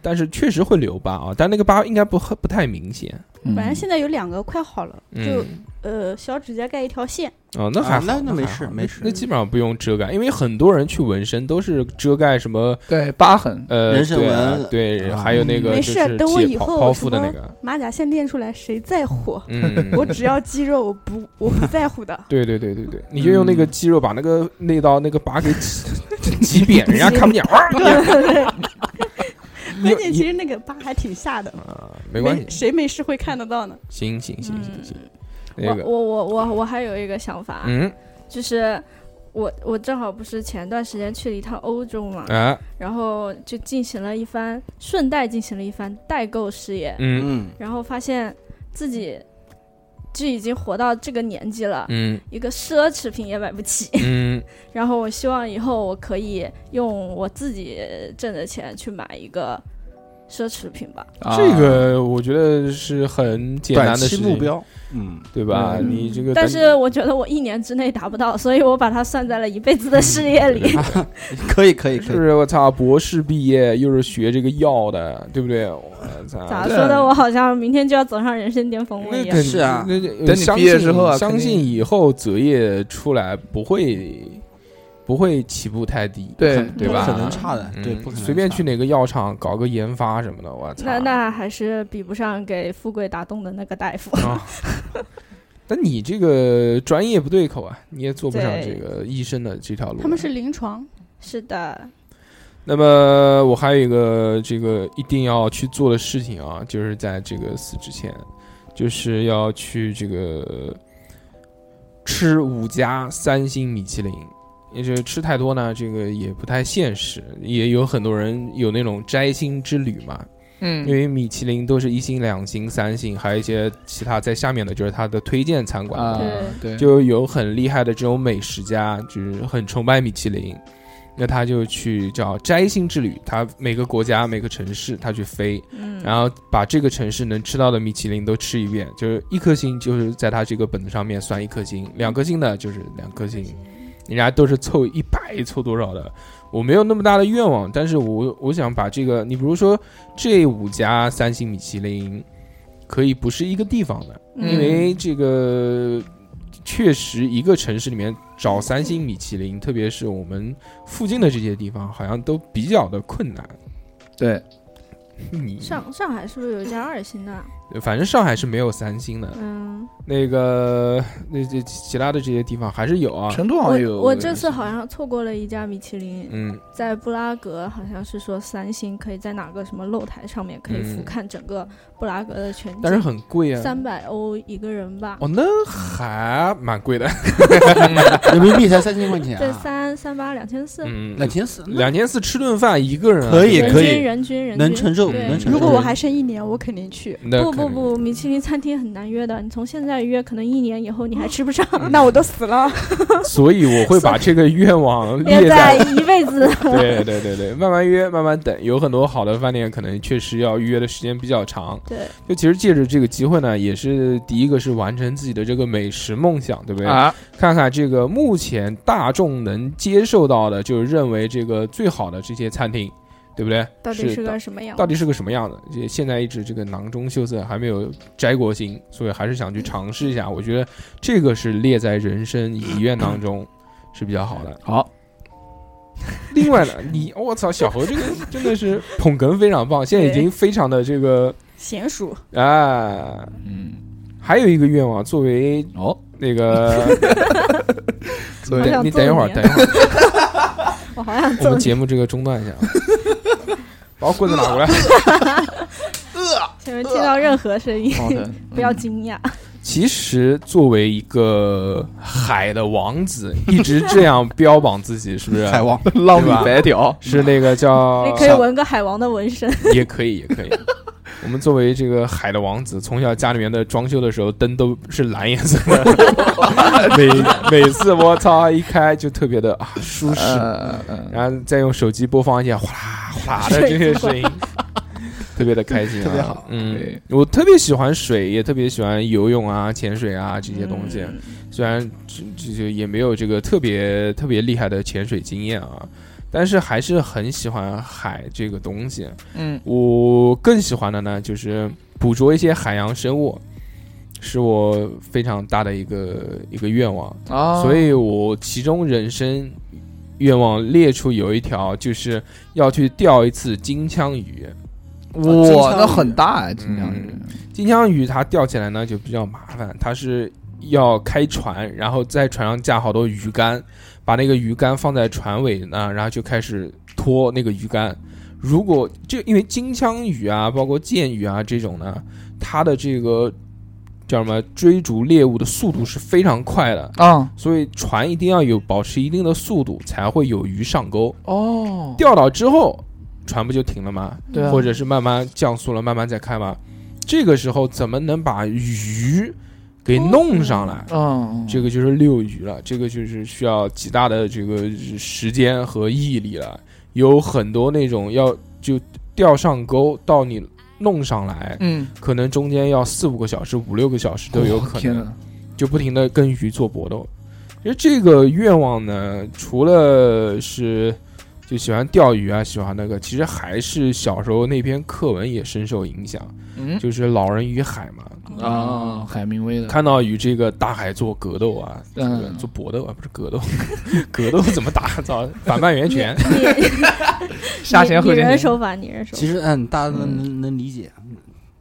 但是确实会留疤啊，但那个疤应该不不太明显。
嗯
反正现在有两个快好了，就
嗯，
呃小指甲盖一条线，
哦，那还
啊
好，
那那
那
没
还
事
好
没事
那基本上不用遮盖，因为很多人去纹身都是遮盖什么。
对疤痕，
呃，
人参
对啊
纹
对，
啊
还有那个
嗯没
就
事
是
等我
解
以
剖
后
剖
什
腹的那
么
个，
马甲线练出来谁在乎？
嗯，。
我只要肌肉，我不我不在乎的
对对对对对，你就用那个肌肉把那个那道那个疤给挤挤扁，人家看不见， 哇
对对对，关键其
你
实那个疤还挺吓的，
啊，没关系，
谁没事会看得到呢？
行行行行行，那
我
个
我我我我还有一个想法，
嗯
就是我我正好不是前段时间去了一趟欧洲嘛，
哎，
然后就进行了一番，顺带进行了一番代购事业，
嗯
嗯，
然后发现自己就已经活到这个年纪了，
嗯
一个奢侈品也买不起。
嗯
然后我希望以后我可以用我自己挣的钱去买一个奢侈品吧。
啊
这个我觉得是很简单
短
的事
期目
情，
标，嗯，
对吧？
嗯
你这个
但
等
是我觉得我一年之内达不到，所以我把它算在了一辈子的事业 里。
可以可以
是不
可以，
是我操，博士毕业又是学这个药的，对不对？我操，
咋说的？我好像明天就要走上人生巅峰了
那
一样
肯。
是啊
那那
等你
相
毕业
信
之后啊
相
肯定
信以后择业出来不会不会起步太低，
对
对吧？
不可能差的，
嗯
对，不可能
随便
差
去哪个药厂搞个研发什么的，我操！
那那还是比不上给富贵打洞的那个大夫。
啊，但你这个专业不对口啊，你也做不上这
对
个医生的这条路。啊
他们是临床，
是的，
那么我还有一个这个一定要去做的事情啊，就是在这个死之前，就是要去这个吃五家三星米其林。也就是吃太多呢，这个也不太现实，也有很多人有那种摘星之旅嘛，因
嗯
为米其林都是一星、两星、三星，还有一些其他在下面的，就是它的推荐餐馆。
啊对，
就有很厉害的这种美食家，就是很崇拜米其林，那他就去叫摘星之旅，他每个国家每个城市他去飞，
嗯，
然后把这个城市能吃到的米其林都吃一遍，就是一颗星就是在他这个本子上面算一颗星，两颗星的就是两颗星，人家都是凑一百凑多少的。我没有那么大的愿望，但是我我想把这个，你比如说这五家三星米其林，可以不是一个地方的，
嗯
因为这个确实一个城市里面找三星米其林，特别是我们附近的这些地方，好像都比较的困难。
对，
你
上上海是不是有一家二星的？啊
反正上海是没有三星的，
嗯，
那个那这其他的这些地方还是有啊。
成都好像有
我我这次好像错过了一家米其林，
嗯，
在布拉格好像是说三星可以在哪个什么露台上面可以俯瞰整个布拉格的全景，
但是很贵啊。
三百欧一个人吧，
哦，那还蛮贵的。
人民币才三千块钱
在
啊，
三三八两千四，
嗯，
两千四，
两千四吃顿饭一个人啊
可以
人
可
均
以
人均人均
能承受，
对
能承受。
如果我还剩一年，我肯定去，
那
不
可
不
能
不，米其林餐厅很难约的，你从现在约，可能一年以后你 还吃不上，
那我都死了。
所以我会把这个愿望列
别在
在。
一辈子。
对对对对，慢慢约，慢慢等，有很多好的饭店可能确实要预约的时间比较长。
对，
就其实借着这个机会呢，也是第一个是完成自己的这个美食梦想，对不对？
啊，
看看这个目前大众能接受到的，就是认为这个最好的这些餐厅，对不对？
到底是
是
个什么 样
到？底是个什么样的？这现在一直这个囊中羞涩，还没有摘过心，所以还是想去尝试一下。我觉得这个是列在人生遗愿当中是比较好的。
好，
另外呢，你我操，小侯这个真的是捧哏非常棒，现在已经非常的这个
娴熟，
啊，
嗯，
还有一个愿望，作为
哦，
那个，
所
好
以
想
等你等一会儿，
揍
等
你啊
一会儿，
我好想
我
揍
们
你，
节目这个中断一下，啊， 把我棍子拿过来。
前面听到任何声音，
好的，
不要惊讶。
其实作为一个海的王子，一直这样标榜自己，是不是？ 啊
海王，
浪
对
里
吧
白条，
是那个叫
你可以纹个海王的纹身，
也可以，也可以。 我们作为这个海的王子，从小家里面的装修的时候灯都是蓝颜色 的，每每次我操一开就特别的啊舒适，
呃，嗯
然后再用手机播放一些哗啦哗啦的这些声音， 特别的开心、啊，
特别好
嗯
对，
我特别喜欢水，也特别喜欢游泳啊、潜水啊这些东西。虽然这这这也没有这个特别特别厉害的潜水经验啊，但是还是很喜欢海这个东西。
嗯，
我更喜欢的呢，就是捕捉一些海洋生物，是我非常大的一个一个愿望。
啊，
所以我其中人生愿望列出有一条，就是要去钓一次金枪鱼。
哇，那很大哎，金枪鱼，
金枪鱼它钓起来呢就比较麻烦，它是要开船，然后在船上架好多鱼竿，把那个鱼竿放在船尾呢，然后就开始拖那个鱼竿。如果就因为金枪鱼啊，包括剑鱼啊这种呢，它的这个叫什么追逐猎物的速度是非常快的，
啊，
所以船一定要有保持一定的速度才会有鱼上钩。
哦，
钓到之后，船不就停了吗？
对啊
或者是慢慢降速了，慢慢再开吗？这个时候怎么能把鱼给弄上来？
嗯，
这个就是遛鱼了，这个就是需要极大的这个时间和毅力了。有很多那种要就钓上钩到你弄上来，
嗯，哦
可能中间要四五个小时、五六个小时都有可
天
能
哪。，
就不停的跟鱼做搏斗。其实这个愿望呢，除了是就喜欢钓鱼啊，喜欢那个，其实还是小时候那篇课文也深受影响，
嗯
就是《老人与海》嘛，
嗯
啊，海明威的，
看到与这个大海做格斗啊，这个
嗯
做搏斗啊，不是格斗， 格斗怎么打？操，反半圆拳，
下潜
拟
后
拟人
潜
手法，拟人手法
其实嗯，大家能
嗯
能能理解，嗯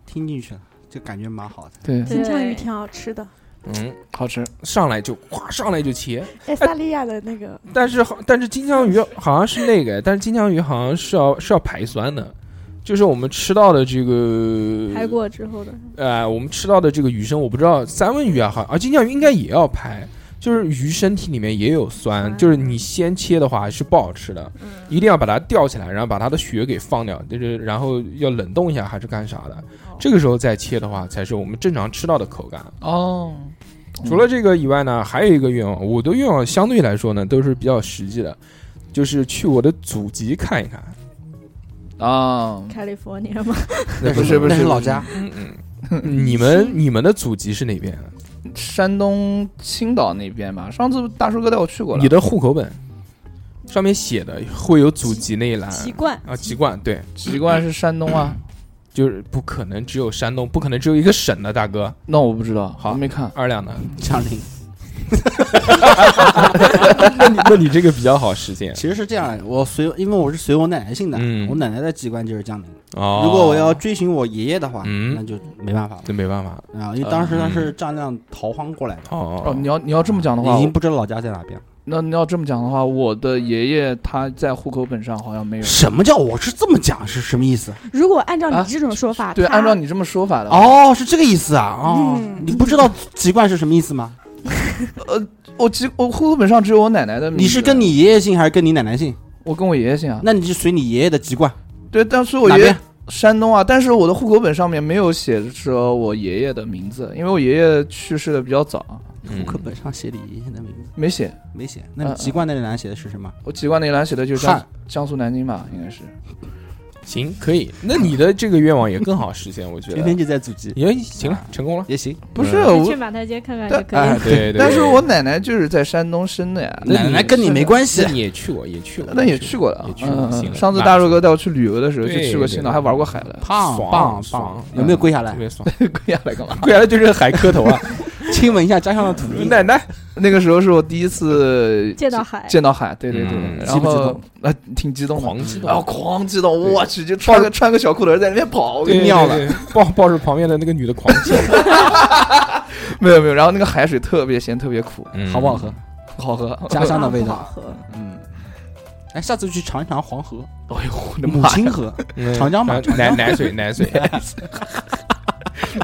听进去了，就感觉 蛮好的。
对，
金枪鱼
对
挺好吃的，
嗯，
好吃，
上来就哗，上来就切。
哎，萨利亚的那个
但是好，但是金枪鱼好像是那个，但是金枪鱼好像是要是要排酸的，就是我们吃到的这个
拍过之后的，
呃，我们吃到的这个鱼生，我不知道三文鱼啊，好啊，金枪鱼应该也要排，就是鱼身体里面也有酸，
酸
就是你先切的话是不好吃的，
嗯，
一定要把它吊起来，然后把它的血给放掉，就是然后要冷冻一下还是干啥的，这个时候再切的话才是我们正常吃到的口感。
哦，
除了这个以外呢，还有一个愿望，我的愿望相对来说呢都是比较实际的，就是去我的祖籍看一看。
啊，
开利佛尼亚嘛，
那
不是不
那
是
是老家，
嗯嗯，你们你们的祖籍是哪边啊？
山东青岛那边吧，上次大叔哥带我去过了
你，的户口本上面写的会有祖籍那一栏
籍贯
啊，籍贯对，
籍贯是山东啊，
就是不可能只有山东，不可能只有一个省的，大哥。
那我不知道，好没看，
二两呢？
江陵。
那你那你这个比较好实现
其实是这样，我随因为我是随我奶奶姓的，
嗯
我奶奶的籍贯就是江陵。
哦。
如果我要追寻我爷爷的话，
嗯
那就没办法了
那没办法
啊，因为当时他
嗯
是丈量逃荒过来的，
哦
哦，你要你要这么讲的话
已，经不知道老家在哪边了。
那你要这么讲的话，我的爷爷他在户口本上好像没有。
什么叫我是这么讲是什么意思？
如果按照
啊
你这种说法，
对，
它
按照你这么说法的话，
哦，是这个意思啊！哦，
嗯
你不知道籍贯是什么意思 吗？
我籍我户口本上只有我奶奶的名字。
你是跟你爷爷姓还是跟你奶奶姓？
我跟我爷爷姓啊？
那你就随你爷爷的籍贯，
对，但是我
哪
爷
边
爷？山东啊，但是我的户口本上面没有写着我爷爷的名字，因为我爷爷去世的比较早，
嗯
户口本上写你爷爷的名字
没写。
没写，那你籍贯那栏写的是什么？
我籍贯那栏写的就是江
汉
江苏南京吧，应该是。
行可以，那你的这个愿望也更好实现，我觉
天
得
天。就在祖籍啊
也行了，成 功了。
也行，
不是
嗯
去
我，
马台街看看
但
就可以了。
对 对。
但是我奶奶就是在山东生的呀，
那你
奶奶跟你没关系
那。你也去过，也去过，
那也去过了
也。去过
嗯，
行
嗯
了
上次
那
大肉哥带我去旅游的时候就
对
去过青岛，
对
还玩过海了，
胖
爽
棒
爽嗯
棒，有没有跪下
特
来
别爽。
跪下来干嘛？
跪下来就是海磕头啊，
亲吻一下家乡的土地？
奶奶。
那个时候是我第一次
见到海，
见到海，对对对，
嗯
激
然
不激
后
动
呃挺激动 的，
狂激动
然后狂激动，
对
我去就穿个穿个小裤腿儿在那边跑，我跟
对
你尿了，
对，对抱抱着旁边的那个女的狂叫，
没有没有，然后那个海水特别咸，特别苦，
嗯
好不好喝？？
不好喝，
家乡的味
不好
道。
喝，
嗯，哎，下次去尝一尝黄河、
哎呦我的
母
妈呀！
亲河，
嗯
长江吧
然后奶奶水，奶水。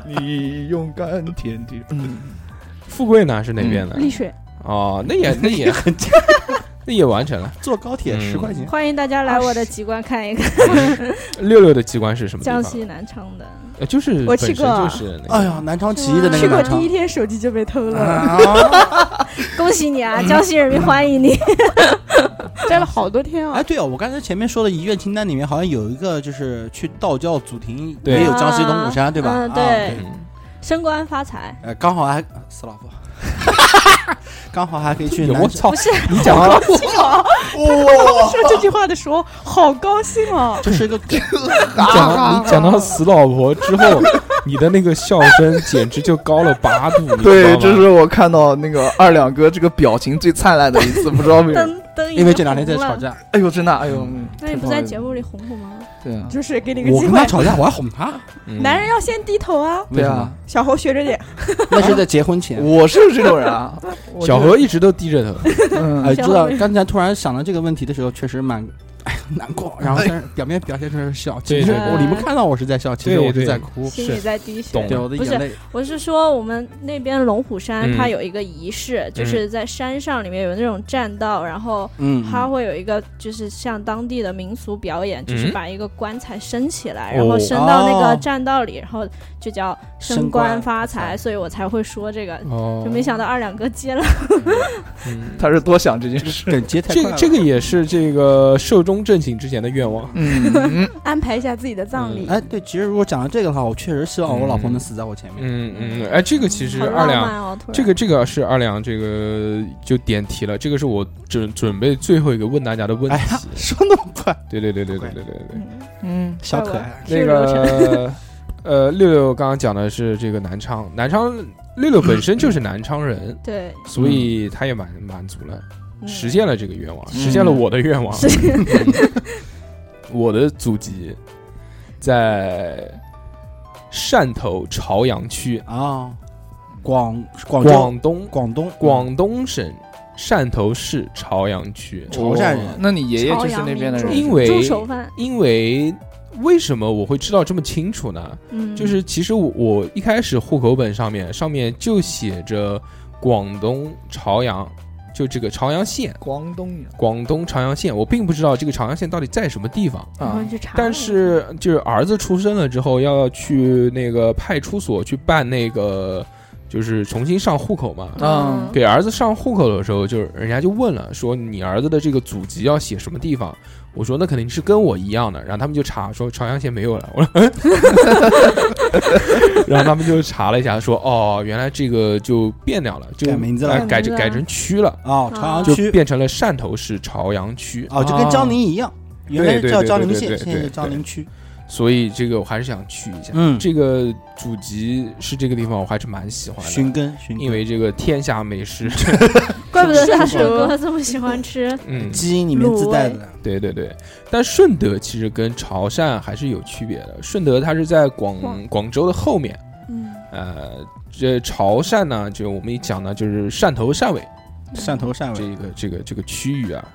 你勇敢天地，嗯，
富贵呢是哪边的？
丽水
哦，那也那也很， 那也完成了。
坐高铁
嗯
十块钱。
欢迎大家来我的籍贯看一看，
六六的机关是什么地
江
方？
西南昌的。
呃，就是
我
本身
去过
就是那个。
哎呀，南昌起义的那
去
个
过
南
第一
昌。
天手机就被偷了，
啊！
恭喜你啊，江西人民欢迎你！
待了好多 天
哎，
啊。
对哦，我刚才前面说的遗愿清单里面好像有一个，就是去道教祖庭，
对
也有江西龙虎山，对吧？
嗯，
啊。
对，
嗯，
升官发财。
呃，刚好还啊死 老婆，刚好还可以去南
我操
不！是，
你讲 啊，
说这句话的时候，好高兴哦！
这是一个梗，
你讲到你讲到死老婆之后，你的那个笑声简直就高了八度，你知道
对，
吗
这是我看到那个二两哥这个表情最灿烂的一次，不知道为什么。
灯灯已 经
因为这两天在
红
吵
了。
架，
哎呦，真的，哎呦，嗯
那你不在节？目里哄哄吗？
太不好意思对啊，
就是给你个
我
机
跟
会
他，吵架，我还哄 他，
嗯
男人要先低头啊。
为
对
什
啊
么？，
小猴学着点，
那是在结婚前。
我是这种人 啊。我
嗯小
就
何一直都低着头，
嗯
哎，
小
知道
薇
刚才突然想到这个问题的时候，确实蛮，哎呀，很难 过，然后但是表面表现出来是笑，
对
其实
对
对
我你们看到我是在笑，其实
对
我是
对
在哭，
心里在滴血
懂。
对我的
不是
眼泪。
我是说，我们那边龙虎山
嗯
它有一个仪式，就是在山上里面有那种栈道，然后
嗯，
它会有一个就是像当地的民俗表演，就是把一个棺材升起来，
哦
然后升到那
哦
个栈道里，然后就叫
升
升
官
官发财，所以我才会说这个。
哦
就没想到二两哥接了，
嗯
他是多想这件事。
梗接太
这个
快了
这个也是这个寿终正寝之前的愿望。
嗯，
安排一下自己的葬礼。
哎，对，其实如果讲到这个的话，我确实希望我老婆
嗯
能死在我前面。
嗯嗯，哎，这个其实
好
二
浪
两
漫哦！突然
这个这个是二两这个就点题了，这个是我准准备最后一个问大家的问
哎
题
呀。，说那么快，
对对对对对对对对
嗯
嗯，
小可爱，
对，那个呃，六六刚刚讲的是这个南昌，南昌六六本身就是南昌人，
对，
所
嗯
以他也满满足了，
嗯
实现了这个愿望，
嗯
实现了我的愿望。
是
我的祖籍在汕头潮阳区，
啊，广广州
广东
广东嗯
广东省汕头市潮嗯阳区。
潮汕人
哦那你爷爷就是那边的
朝阳
因
人，
民
为
猪手饭，
因为为什么我会知道这么清楚呢？
嗯，
就是其实我我一开始户口本上面上面就写着广东潮阳，就这个潮阳县，
广东人
广东潮阳县，我并不知道这个潮阳县到底在什么地方。
我
啊
们，去查。
但是就是儿子出生了之后要去那个派出所去办那个，就是重新上户口嘛。
嗯
给儿子上户口的时候，就是人家就问了，说你儿子的这个祖籍要写什么地方？我说那肯定是跟我一样的，然后他们就查说朝阳县没有了，我说， 嗯然后他们就查了一下，说哦，原来这个就变掉了，就
改名字了
哎改成改
改名字了
成区了，
啊，朝阳
就
区
变成了汕头市潮阳区，
啊，就跟江宁一样，原来
对对
叫
对
江宁
对
县，
对对
现在
对
叫江
对
宁区。
所以这个我还是想去一下。
嗯，
这个祖籍是这个地方，我还是蛮喜欢
寻
的，
根寻根
因为这个天下美 食，
怪不得大
是
帅哥这么喜欢吃，
嗯，
基因里面自带的。
对对对，但顺德其实跟潮汕还是有区别的。顺德它是在广
广
广州的后面，
嗯，
呃，这潮汕呢，就我们一讲呢，就是汕头、汕尾
汕头
嗯
汕
这
尾，
个这个这个区域啊，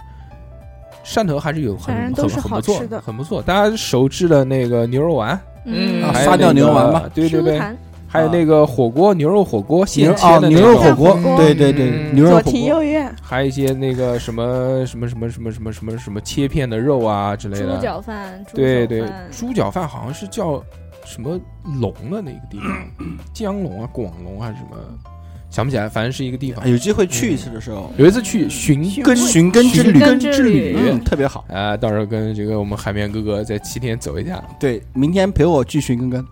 汕头还是有很
反正
很
都是
很
好
不错
吃的
很不错。大家熟知的那个牛肉丸，
嗯
啊
还有
发掉
那
牛
个
丸吧，
对对对，
弹
还有那个火锅牛肉火锅
牛
现切
啊
的
牛
那
肉
种
火锅
火，锅
对对对，
嗯
牛肉
左
火
庭
锅，
右院，
还有一些那个什么什么什么什么什么什么什么切片的肉啊之类
猪
的，
脚饭，猪
对
手
对
饭，
猪脚饭好像是叫什么龙的那个地方，江龙啊、广龙还是什么，想不起来，反正是一个地方。
有机会去一次的时候，
有一次去寻根，
寻根之
寻
旅，
根之旅
嗯，特别好。
啊、到时候跟这个我们海绵哥哥在七天走一下，
对，明天陪我去寻根根。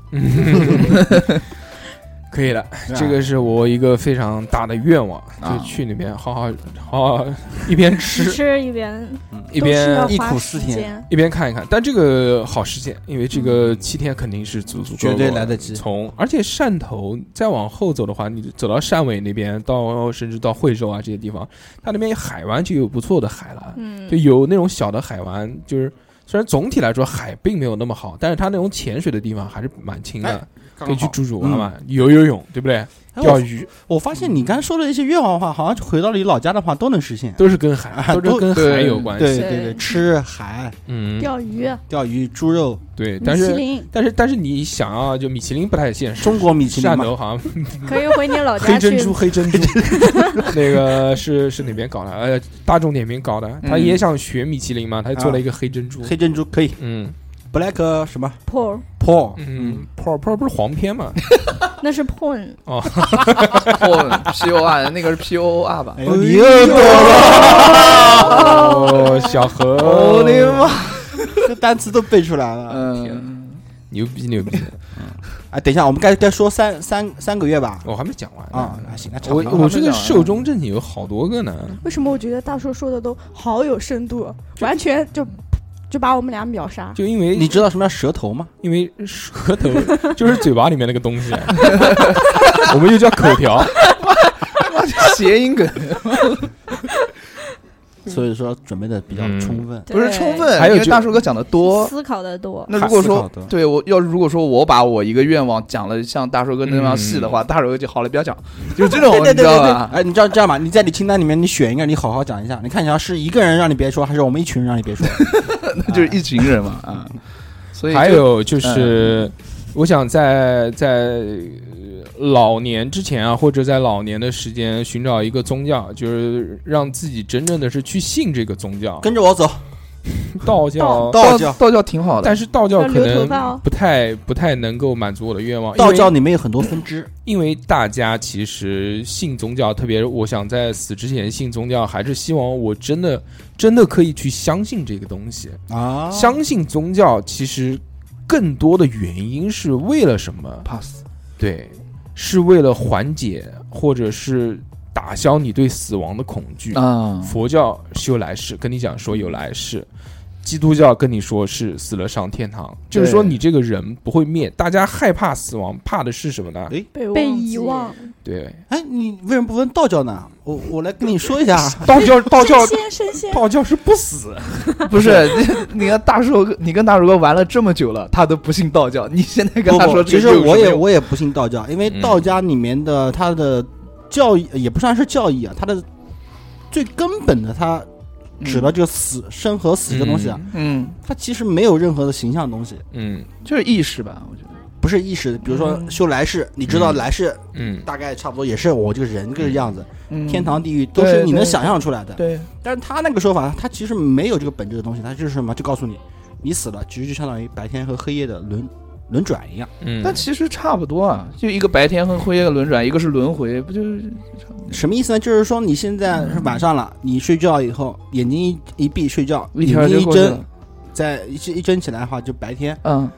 可以了。
是吧啊
这个是我一个非常大的愿望，
啊
就去那边好好好 好一边吃
吃一边
一
都是要
边
一
花
苦思
时
甜
间，
一边看一看，但这个好实现，因为这个七天肯定是足足够
绝对
够
来得及
从而且汕头再往后走的话，你走到汕尾那边，到甚至到惠州啊这些地方，它那边海湾就有不错的海了，
嗯
就有那种小的海湾，就是虽然总体来说海并没有那么好，但是它那种潜水的地方还是蛮清的，可以去住住玩玩，
嗯
游游泳，对不对？
哎
钓
我
鱼
我发现你刚才说的一些愿望的话，好像回到你老家的话都能实现。
都是跟
啊
海，都是
都
跟海
对
有关
对
系，
对对，吃海、
嗯，
钓鱼、
钓鱼、猪肉，
对，
米
但
其
是。
林，
但是但是你想要就米其林不太现实，
中国米其林
汕
嘛，
头好像
可以回你老
黑
家去
珍珠，黑珍珠， 那个是是哪边搞的？呃，大众点评搞的。他也想学米其林嘛，他就做了一个黑珍珠。
嗯啊黑珍珠可以
嗯
，black 什么
porn，
pork，
嗯，泡泡不是黄片嘛？
那是 porn，
哦 P O R 那个是 P O R 吧
哎？呦你又懂了，
哦，小
我
何，
的妈！
这单词都背出来了。
嗯，
牛逼牛逼！
啊，等一下，我们该该说三三三个月吧。
我还没讲完
啊，
呢。
那行，那差
我
不多。
我这个寿终正寝有好多个呢。
为什么我觉得大叔说的都好有深度，啊完全就就把我们俩秒杀？
就因为
你知道什么叫舌头吗？
因为舌头 就是嘴巴里面那个东西，啊 我们又叫口条。
谐音梗。
所以说准备的比较
嗯
充分。
不是
对
充分，
还有
因为
就
大叔哥讲的多。
思考的多，
那如果说
思考的
对我要，如果说我把我一个愿望讲了像大叔哥那样细的话，大叔哥就好了，不要讲，就 这种
嗯对
哦你
对对
知道吧？
哎，你这样这样吧，你在你清单里面你选一个，你好好讲一下，你看一下是一个人让你别说，还是我们一群人让你别 说？
那就是一群人嘛啊。所以就嗯
还有就是，我想在在呃老年之前啊，或者在老年的时间寻找一个宗教，就是让自己真正的是去信这个宗教。
跟着我走，
道教，
道教，
道教挺好的，
但是道教
要
可
留头发
能
哦
不太不太能够满足我的愿望。因
道
为
教里面有很多分支，
因为大家其实信宗教，特别我想在死之前信宗教，还是希望我真的真的可以去相信这个东西。
啊
相信宗教其实更多的原因是为了什么？
pass
对，是为了缓解或者是打消你对死亡的恐惧。
啊
佛教是有来世，跟你讲说有来世；基督教跟你说是死了上天堂，就是说
对
你这个人不会灭。大家害怕死亡，怕的是什么呢？
哎
被
被
忘
遗
记
忘。
对，
哎，你为什么不问道教呢？我我来跟你说一下，
道教道教
神仙神仙，
道教是不死，
不是，你你跟大叔哥，你跟大叔哥玩了这么久了，他都不信道教，你现在跟
不
他
不
说
其
这
实
个有什么用，
我也我也不信道教，因为
嗯
道家里面的它的教义呃也不算是教义啊，它的最根本的它指的这个死生和死这东西啊，
嗯，
它其实没有任何的形象的东西，
嗯
就是意识吧，我觉得。
不是意识。比如说
嗯
修来世，你知道来世
嗯
大概差不多也是我这个人这个样子，
嗯
天堂地狱都
对
是你能
对
想象出来的。
对，
但是他那个说法，他其实没有这个本质的东西，他就是什么，就告诉你，你死了，其实就相当于白天和黑夜的轮轮转一样。
嗯。
但其实差不多啊，就一个白天和黑夜的轮转，一个是轮回，不就是
什么意思呢？就是说你现
嗯
在是晚上了，你睡觉以后眼睛一一闭睡觉，
一
眼
条
睛
就
一
过去
睁
了，？
再一一睁起来的话，就白天，
嗯，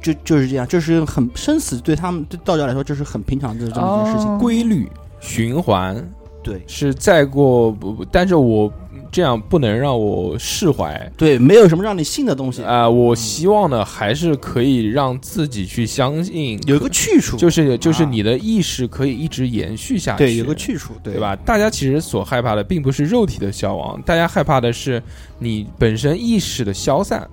就就是这样，就是很生死对他们对道教来说，就是很平常的这么一件事情。
哦
规律循环
对
是再过不，不但是我这样不能让我释怀，
对，没有什么让你信的东西，
呃
啊、我希望呢，还是可以让自己去相信，
有一个去处，
就是就是
啊
你的意识可以一直延续下去，
对，有个去处，对
对？吧？大家其实所害怕的并不是肉体的消亡，大家害怕的是你本身意识的消散。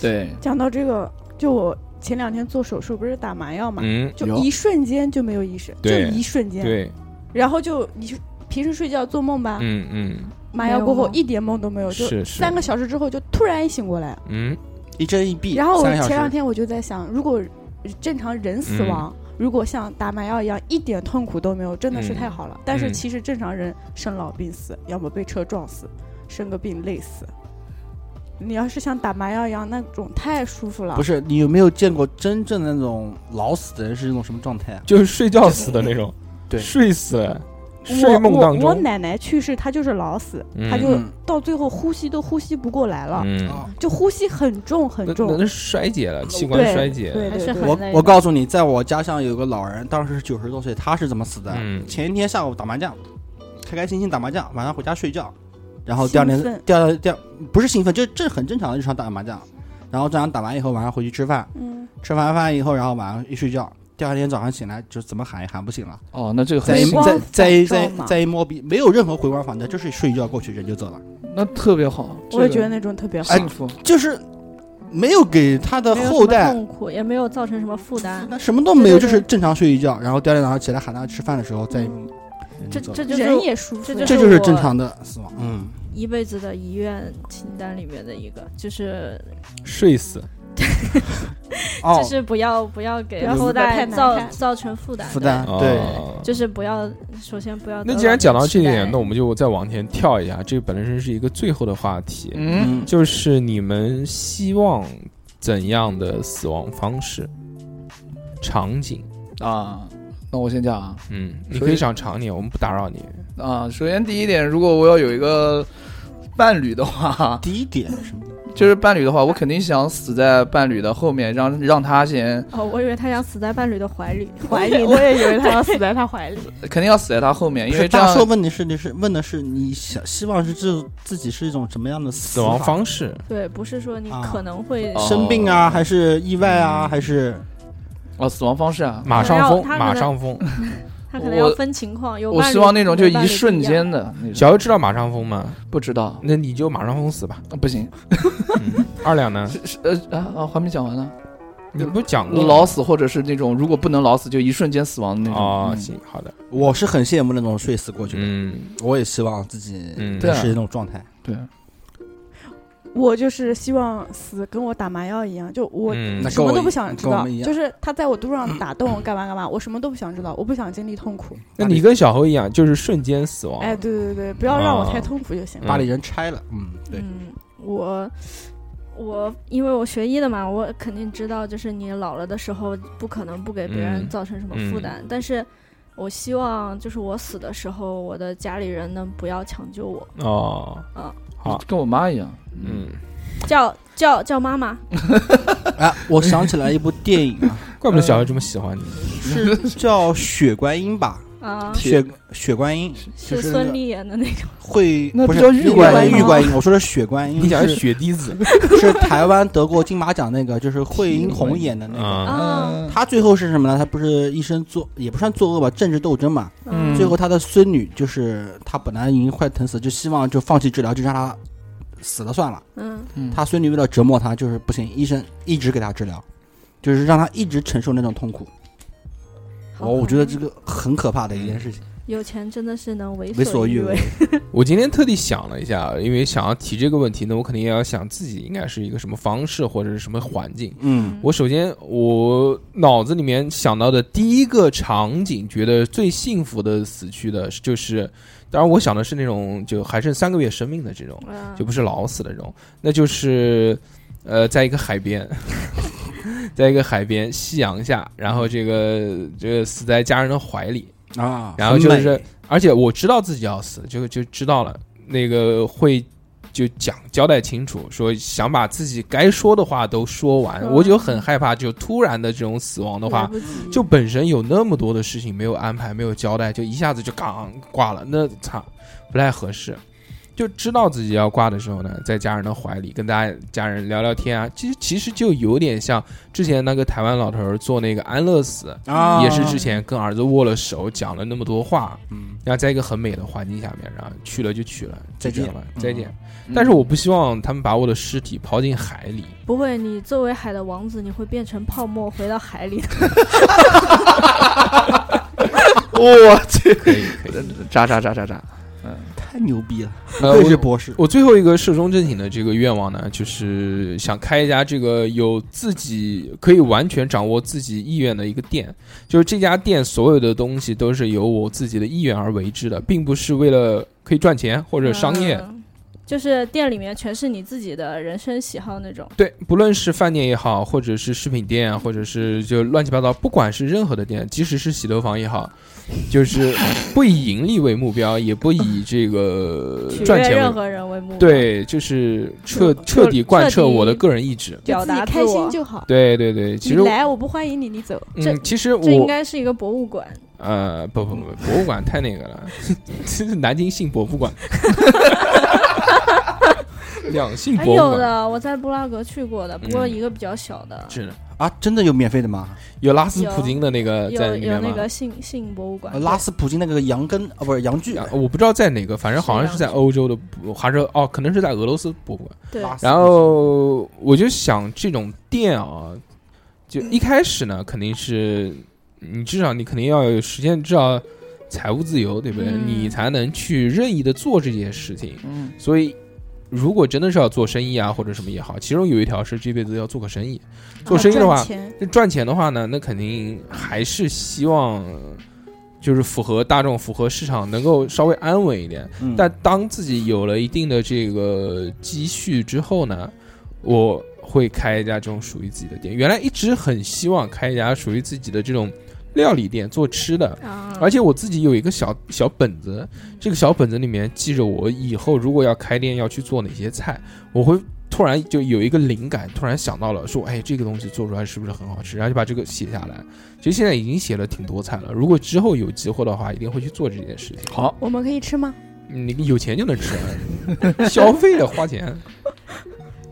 对，
讲到这个，就我前两天做手术，不是打麻药嘛，
嗯，
就
有
一瞬间就没有意识，就
对
一瞬间，
对，
然后就你就平时睡觉做梦吧，
嗯嗯，
麻药过
没有
后
梦
一点梦都没有，就是
是
三，个小时之后就突然醒过来。
嗯
一睁一闭，
然后我
三个小
前
时
两天我就在想，如果正常人死亡，如果像打麻药一样一点痛苦都没有，真的是
嗯
太好了。但是
嗯
其实正常人生老病死，要么被车撞死，生个病累死。你要是像打麻药一样那种，太舒服了。
不是你有没有见过真正的那种老死的人是一种什么状态啊？
就是睡觉死的那种，
对
睡死了，睡
我
梦当
我我
中，
奶奶去世，她就是老死，她
嗯
就到最后呼吸都呼吸不过来了，
嗯，
啊
就呼吸很重很
那那
重。
那衰竭了，器官
对
衰竭，
对
还
对对
是很
我
累
我
的
告诉你，在我家乡有个老人，当时是九十多岁，他是怎么死的？
嗯
前一天下午打麻将，开开心心打麻将，晚上回家睡觉，然后第二天
兴奋
第二第二不是兴奋，这这很正常的日常打麻将，然后这样打完以后晚上回去吃饭，
嗯，
吃完饭以后然后晚上一睡觉，第二天早上醒来就怎么喊也喊不醒了，
哦，那这个很
再一
回
幸
光
再
返
再一
照
再一
嘛
再一摸鼻，没有任何回光返照，就是睡觉过去人就走了，
那特别好，
我
这个
也觉得那种特别好。
幸福。
就是没有给他的
没有什
后
么
代
痛苦，也没有造成什么负担，
那什么都没有，
对对
就
对
是正常睡一觉，然后第二天早上起来喊他吃饭的时候再。嗯
这这就是
人也舒服，
这
这
就
就是
我
正常的死亡，嗯，
一辈子的遗愿清单里面的一个，就是
睡死，
哦，
就是不要不要
不
给
要
后
死得太
代
难
造
看
造成负担，
负担
哦
对
就是不要首先不要啊得
那
到期待。
既然讲到这点，那我们就再往前跳一下，这本身是一个最后的话题，
嗯，
就是你们希望怎样的死亡方式、场景？
啊，那我先讲啊
嗯，
所
你
以
可以想长点，我们不打扰你。
啊，首先第一点，如果我要有一个伴侣的话，
第一点是什么？
就是伴侣的话，我肯定想死在伴侣的后面，让让他先，
哦，我以为他想死在伴侣的怀 里，怀
怀
里
里，
呢
我也以为他要 死在他怀里。
肯定要死在他后面，因为这
大
样
硕问的是你是问的是你想希望是自自己是一种什么样的死
死亡
法
方式，
对，不是说你
啊
可能会
哦
生病啊，还是意外啊，还是
嗯
哦，死亡方式啊，
马上
他可
疯，
能
马上疯。
他他可能要
我
分情况，有
我
伴
希
侣
望那种就
没伴
一
侣不
瞬
样
间的那种。
小优知道马上疯吗？
不知道，
那你就马上疯死吧。
啊不行，
二两呢？
是是呃啊啊，还没讲完呢。
你不讲过
老死或者是那种如果不能老死就一瞬间死亡的那种。
哦，
嗯
行，好的，
我是很羡慕那种睡死过去的，
嗯
我也希望自己
嗯，
对啊
是那种状态。
对，
我就是希望死跟我打麻药一样，就我
嗯
那
什么都不想知
跟我
道
们一，样
就是他在我肚上打洞干嘛干嘛，我什么都不想知道，我不想经历痛苦。
那你跟小猴一样，就是瞬间死亡。
哎，对对对，不要让我
啊
太痛苦就
嗯
行了。
把你人拆了，嗯，对，
嗯，我我因为我学医的嘛，我肯定知道，就是你老了的时候不可能不给别人
嗯
造成什么负
嗯
担，但是我希望就是我死的时候，我的家里人能不要抢救我，
哦，好
跟我妈一样。
嗯，
叫叫叫妈妈，
哎，我想起来一部电影啊，
怪不得小猴这么喜欢你。
是叫《雪观音》吧？
啊、
雪雪观音就是是那
孙
个
俪演的那个，
会
那
不是
不叫玉
玉
观
音，
音
玉
吗
观音，我说的是雪观音，
你 想是
是
雪滴子
是台湾得过金马奖那个，就是惠英红演的那个。
啊？
啊，
嗯
他最后是什么呢？他不是一生作，也不算作恶吧，政治斗争嘛。
嗯
最后他的孙女就是他本来已经快疼死，就希望就放弃治疗，就让他死了算了。
嗯，
嗯
他孙女为了折磨他，就是不行，医生一直给他治疗，就是让他一直承受那种痛苦。
好
哦，我
好
觉得这个很可怕的一件事情，
有钱真的是能为
为所
欲
欲为。。
我今天特地想了一下，因为想要提这个问题，那我肯定也要想自己应该是一个什么方式或者是什么环境。
嗯，
我首先，我脑子里面想到的第一个场景，觉得最幸福的死去的，就是，当然我想的是那种就还剩三个月生命的这种，
嗯
就不是老死的这种，那就是，呃，在一个海边， 在一个海边夕阳下，然后这个这个死在家人的怀里，
啊，
然后
很
就
美
是，而且我知道自己要死，就就知道了，那个会就讲交代清楚，说想把自己该说的话都说完，嗯
嗯
我就很害怕，就突然的这种死亡的
来
话，
不及
就本身有那么多的事情没有安排，没有交代，就一下子就杠挂了，那操不太合适。就知道自己要挂的时候呢，在家人的怀里跟大家家人聊聊天啊，其实其实就有点像之前那个台湾老头儿做那个安乐死，
啊，
也是之前跟儿子握了手，讲了那么多话，
嗯，
然后在一个很美的环境下面，然后去了就去了，就这
再见
样了，再见。
嗯
但是我不希望他们把我的尸体抛进海里，
不会，你作为海的王子，你会变成泡沫回到海里。
哦我去，
可以可以。
渣渣渣渣渣，
太牛逼了，
呃，
这是
我
博士。
我最后一个寿终正寝的这个愿望呢，就是想开一家这个有自己可以完全掌握自己意愿的一个店，就是这家店所有的东西都是由我自己的意愿而为之的，并不是为了可以赚钱或者商业。
嗯就是店里面全是你自己的人生喜好那种。
对，不论是饭店也好，或者是食品店，啊或者是就乱七八糟，不管是任何的店，即使是洗头房也好，就是不以盈利为目标，也不以这个
取
呃赚
悦
钱为
任
目。
何人为目标，，
对，就是彻彻底贯彻我的个人意志。
表
自己
达
开
自
心
我。
就好。
对对对，其
你
实
来，我不欢迎你，你走。
这
嗯，其实
这应
我
该是一个博物馆，
呃，不不不，博物馆太那个了，这是南京性博物 馆，两性
还
博物
哎有
馆
的我在布拉格去过的，不过
嗯
一个比较小的，
是的，
啊，真的有免费的吗？
有拉斯
有
普京的那个在
有
里
有
面吗
那？个性性博物馆
呃，拉斯普京那个羊羹啊，不是羊具
啊，我不知道在哪个，反正好像是在
是
欧洲的博，还是哦，可能是在俄罗斯博物馆。
对
拉斯
然后我就想，这种店啊，就一开始呢，肯定是你至少你肯定要有实现至少财务自由，对不对？
嗯
你才能去任意的做这件事情。
嗯，
所以，如果真的是要做生意啊，或者什么也好，其中有一条是这辈子要做个生意。做生意的话
啊赚钱
那赚钱的话呢，那肯定还是希望。就是符合大众、符合市场，能够稍微安稳一点。
嗯
但当自己有了一定的这个积蓄之后呢，我会开一家这种属于自己的店。原来一直很希望开一家属于自己的这种料理店，做吃的。
啊，
而且我自己有一个小小本子，这个小本子里面记着我以后如果要开店要去做哪些菜，我会突然就有一个灵感，突然想到了说，哎，这个东西做出来是不是很好吃？然后就把这个写下来。其实现在已经写了挺多菜了，如果之后有机会的话，一定会去做这件事情。
好，
我们可以吃吗？
你有钱就能吃，消费花钱。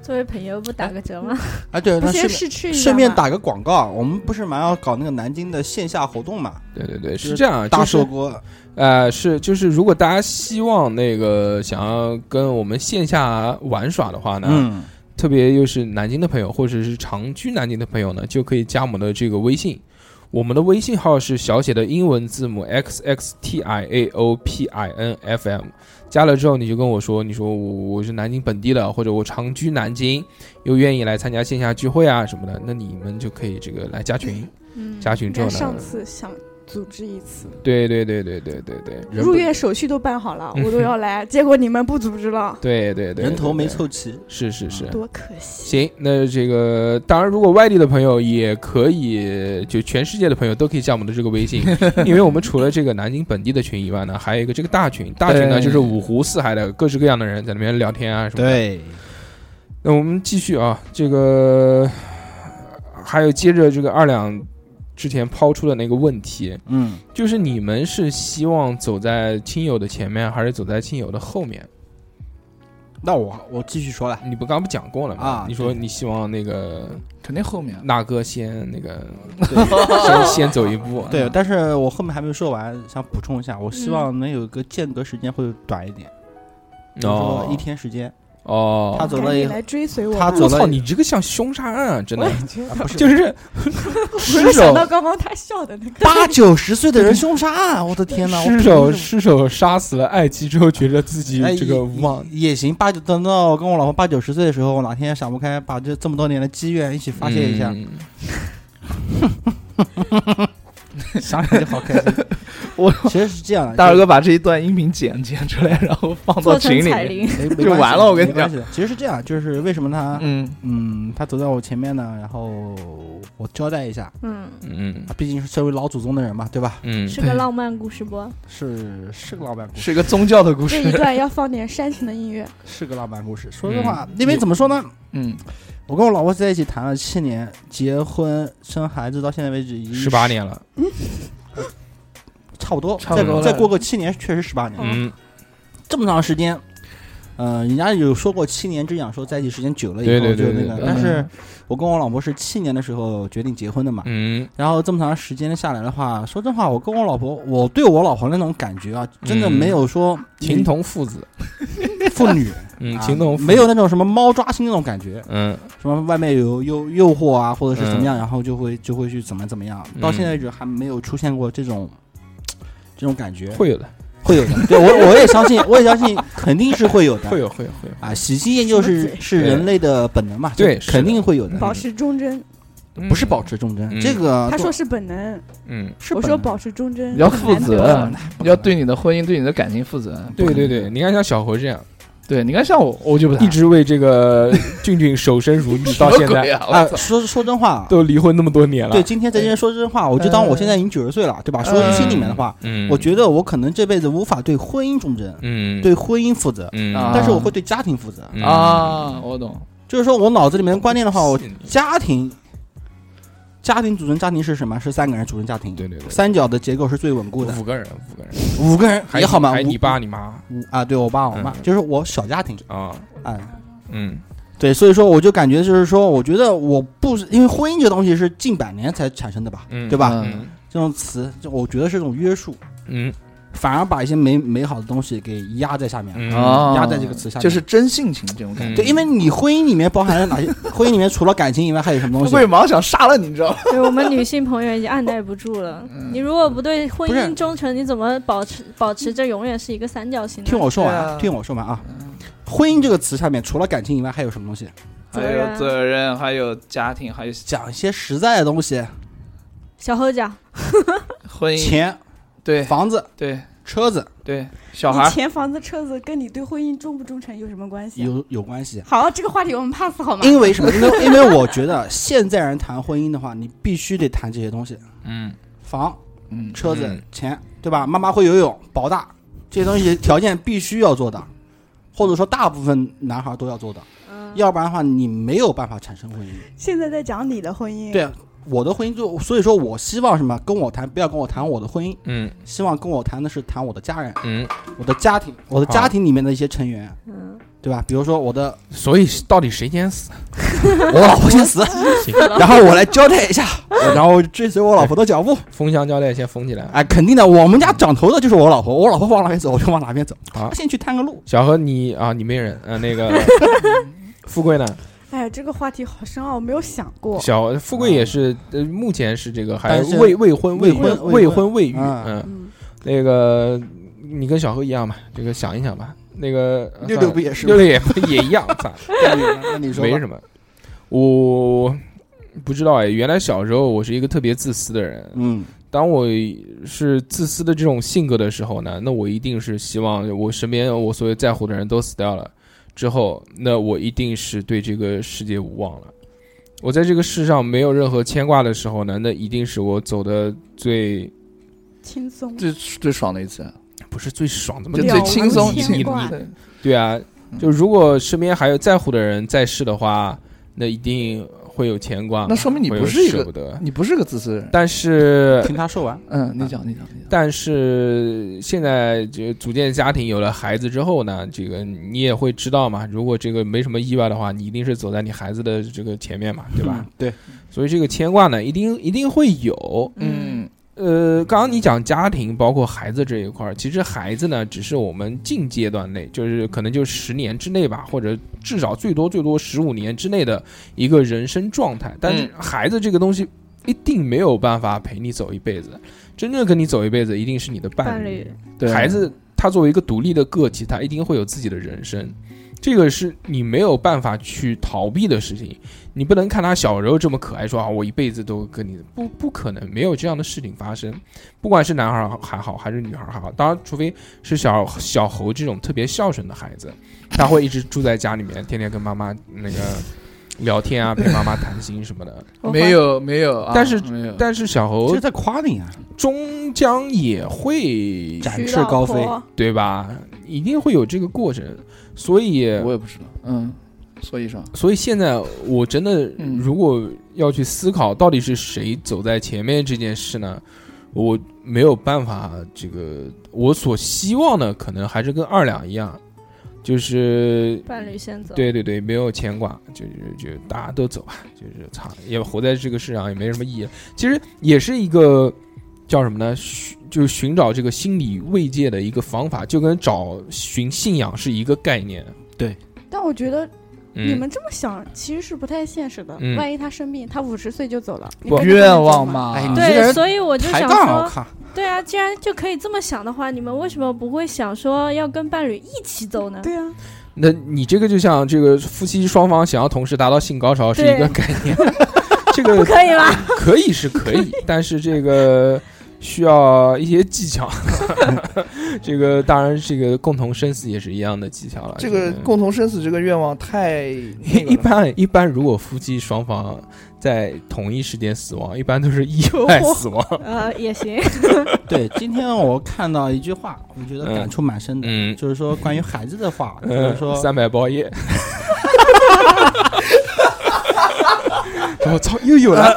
作为朋友不打个折吗？
啊，对，
不
那顺便
先试吃一下
顺便
嘛
打个广告，我们不是蛮要搞那个南京的线下活动嘛？
对对对，是这样，
大
就是
寿锅，
呃，是就是，如果大家希望那个想要跟我们线下玩耍的话呢，
嗯，
特别又是南京的朋友，或者是长居南京的朋友呢，就可以加我们的这个微信。我们的微信号是小写的英文字母 x x t i a o p i n f m，加了之后你就跟我说，你说我我是南京本地的，或者我长居南京，又愿意来参加线下聚会啊什么的，那你们就可以这个来加群。
嗯，
加群之后
看
呢，
上次想组织一次，
对对对对对对对，人
入
不
院手续都办好了，我都
嗯
要来，结果你们不组织了，
对对对，
人头
对
没
对
凑齐，
是是是。
多可惜。
行，那这个当然，如果外地的朋友也可以，就全世界的朋友都可以加我们的这个微 信，因为我们除了这个南京本地的群以外呢，还有一个这个大群，大群呢
对
就是五湖四海的各式各样的人在里面聊天啊什么的。
对，
那我们继续啊，这个还有接着这个二两之前抛出的那个问题，
嗯，
就是你们是希望走在亲友的前面，还是走在亲友的后面？
那我我继续说了，
你不刚不讲过了吗？
啊
你说你希望那个
肯定后面啊
那哥先那个
对
先先走一步。
对，但是我后面还没有说完，想补充一下，我希望能有一个间隔时间会短一点，比如说一天时 间，他
哦，
走
赶
了以
紧
后，
来追随我
他
吧，
我
走了
操，你这个像凶杀案啊，真
我
的
也觉得，
啊不是
就是
我又想到刚刚他笑的那个，
八九十岁的人凶杀案，我的天哪！我
失手失手杀死了爱妻之后，觉得自己
哎
啊这个无望。
也也行，八九等到我跟我老婆八九十岁的时候，哪天想不开，把这这么多年的积怨一起发泄一下，
嗯
想想就 好开心。
我
其实是这样的，
大耳哥把这一段音频剪剪出来，然后放到
做成
群 里
彩
面。
铃，
没没
就
关系
完了我跟你
没关系的其实是这样，就是为什么他
嗯，
嗯他走在我前面呢？然后我交代一下，
嗯，
嗯
他毕竟是身为老祖宗的人嘛，对吧？
嗯，
是个浪漫故事不？
是是个浪漫故事，
是一个宗教的故
这一
事。
段要放点煽情的音 乐，
是个浪漫故事。说
嗯
实话，因为怎么说呢？
嗯，
我跟我老婆在一起谈了七年，结婚生孩子到现在为止已经
十八，年了，
差不多，
差不多了
再再过个七年确实十八年，
嗯
这么长时间，嗯、人家有说过七年之痒，说在一起时间久了以后
对对对
就那
对
个，
对嗯
但是我跟我老婆是七年的时候决定结婚的嘛。
嗯，
然后这么长时间下来的话，说真话，我跟我老婆，我对我老婆那种感觉啊，真的
嗯
没有说
情同父子，
妇女，
嗯，
啊
情同父子
没有，那种什么猫抓心那种感觉，
嗯
什么外面有诱诱惑啊，或者是怎
嗯
么样，然后就会就会去怎么怎么样。
嗯
到现在为止还没有出现过这种这种感觉，
会有的，
会有的。对我我也相信，我也相信肯定是会有的，
会有会有会有，
啊，喜新厌旧
什么
是
嘴
是
对
人类的本能嘛，这
对是的
肯定会有的，
保持忠贞。
嗯
不是保，持忠贞，
嗯
这个
他
啊做
说是本能，
嗯，
是
我
本
说
能
保持忠
嗯
贞，
要负责啊
很
啊
难得
要对你的婚姻、对你的感情负责。啊
对对对，你看像小何这样，
对，你看像我，我就不
啊
太
一直为这个俊俊守身如玉，到现
什么鬼
在
啊，
啊
我，操
说说真话，
都离婚那么多年了，
对，今天在这边说真话，我就当我现在已经九十岁了，对吧？说心里面的话，
嗯，
我觉得我可能这辈子无法对婚姻忠贞，
嗯，
对婚姻负责，
嗯，
啊
但是我会对家庭负责。
嗯
啊，我懂。
就是说我脑子里面的观念的话，我
是你
家庭，家庭组成家庭是什么？是三个人组成家庭，
对对嗯对，
三角的结构是最稳固的，
五个人，五个人，
五个人
还
也好嘛，
还
五
你爸你妈
五啊，对我爸我妈，
嗯
就是我小家庭
啊，
啊。
嗯
对，所以说我就感觉就是说，我觉得我不因为婚姻这东西是近百年才产生的吧，
嗯，
对吧？
嗯
这种词，就我觉得是一种约束，
嗯
反而把一些美美好的东西给压在下面。
嗯
啊，
压在这个词下面
就是嗯真性情这种感觉。
对，因为你婚姻里面包含了哪些？ 婚姻里面除了感情以外，还有什么东
富
西
贵？马上想杀了你，你知道 吗？
对我们女性朋友已经按耐不住了。你如果不对婚
不是
姻忠诚，你怎么保持保持这永远是一个三角形呢？
听我说完，
对啊
听我说完啊。婚姻这个词下面除了感情以外，还有什么东西？
责
还有
任
责任，还有家庭，还有
讲一些实在的东西，
小何讲，
婚姻。
钱、
对
房子、
对
车子
对，小孩
啊
儿
你钱、房子、车子跟你对婚姻忠不忠诚有什么关系啊？
有嗯有 关系。
好，这个话题我们 pass 好吗？
因为什么？因为因为我觉得现在人谈婚姻的话，你必须得谈这些东西，
嗯
房、
嗯，
车子
嗯、
钱，对吧？妈妈会游泳，保大这些东西条件必须要做到，或者说大部分男孩都要做到，
嗯，
要不然的话你没有办法产生婚姻。
现在在讲你的婚姻，
对，我的婚姻就所以说我希望什么，跟我谈不要跟我谈我的婚姻，
嗯
希望跟我谈的是谈我的家人、
嗯
我的家庭、我的
好
家庭里面的一些成员，对吧？比如说我的
所以到底谁先死？
我老婆先死，然后我来交代一下，
嗯
然后追随我老婆的脚步。
封箱胶带先封起来。啊
哎，肯定的，我们家长头的就是我老婆，我老婆往哪边走我就往哪边走。
好
先去探个路，
小何你啊，你没人啊，那个富贵呢？
哎呀，这个话题好深奥，我没有想过。
小富贵也是，呃，目前是这个还
单身
未未婚
未
婚
婚
未
未
婚未育，
啊
嗯，
嗯，
那个你跟小何一样吧，这个想一想吧，那个啊
六
算
六
了
不也是
六
吗？
六也也一 样，操，
那你说吧
没什么，我不知道哎，原来小时候我是一个特别自私的人，
嗯
当我是自私的这种性格的时候呢，那我一定是希望我身边我所有在乎的人都死掉了之后，那我一定是对这个世界无望了。我在这个世上没有任何牵挂的时候呢，那一定是我走的最
轻松。
最最爽的一次，
不是最爽，怎么
就
讲
了
最
无
轻松。
牵
轻
挂
对
对啊，就如果身边还有在乎的人在世的话，那一定会有牵挂，
那说明你
会有
不是一
舍
个
不得。
你不是个自私人。
但是
听他说完，
嗯，你讲，你讲，你讲。
但是现在这组建家庭，有了孩子之后呢，这个你也会知道嘛。如果这个没什么意外的话，你一定是走在你孩子的这个前面嘛，对吧？
嗯？对，
所以这个牵挂呢，一定一定会有。
嗯，
呃，刚刚你讲家庭，包括孩子这一块儿，其实孩子呢，只是我们近阶段内，就是可能就十年之内吧，或者至少最多最多十五年之内的一个人生状态。但是
嗯
孩子这个东西一定没有办法陪你走一辈子，真正跟你走一辈子一定是你的伴
伴
侣
侣。
对，
孩子他作为一个独立的个体，他一定会有自己的人生，这个是你没有办法去逃避的事情。你不能看他小时候这么可爱，说啊我一辈子都跟你不不可能，没有这样的事情发生。不管是男孩儿还好，还是女孩儿还好，当然除非是小小猴这种特别孝顺的孩子，他会一直住在家里面，天天跟妈妈那个聊天啊，陪妈妈谈心什么的。
我怀
没有没有，啊
但是
没有，
但是小
这
猴
是在夸你啊，
终将也会
展
娶
翅
老
高飞。
婆
对吧？一定会有这个过程，所以
我也不知道。嗯，所以说，
所以现在我真的
嗯
如果要去思考到底是谁走在前面这件事呢，我没有办法。这个我所希望的可能还是跟二两一样，就是
伴侣先走，
对对对，没有牵挂，就是就大家都走吧，就是操，也活在这个世上也没什么意义。其实也是一个叫什么呢？寻就寻找这个心理慰藉的一个方法，就跟找寻信仰是一个概念。
但我觉得
嗯、
你们这么想其实是不太现实的
嗯。
万一他生病，他五十岁就走了，你
不
跟着他
愿
走
望
吗？
嘛，
哎你这个
对，
人
所以我就
抬
想
杠啊！我
说，
靠，
对啊，既然就可以这么想的话，你们为什么不会想说要跟伴侣一起走呢？
对 啊，
那你这个就像这个夫妻双方想要同时达到性高潮是一个
对
概念， 这个
可以吗？
可以是可以，但是这个需要一些技巧。 这个当然，这个共同生死也是一样的技巧了。
这个
就是
共同生死这个愿望太那 个了
一般一般，如果夫妻双方在同一时间死亡，一般都是意外死亡。
呃，也行。
对，今天我看到一句话，我觉得感触蛮深的，
嗯
就是说关于孩子的话，就
嗯
是，说
三百包夜。 我操，又有了！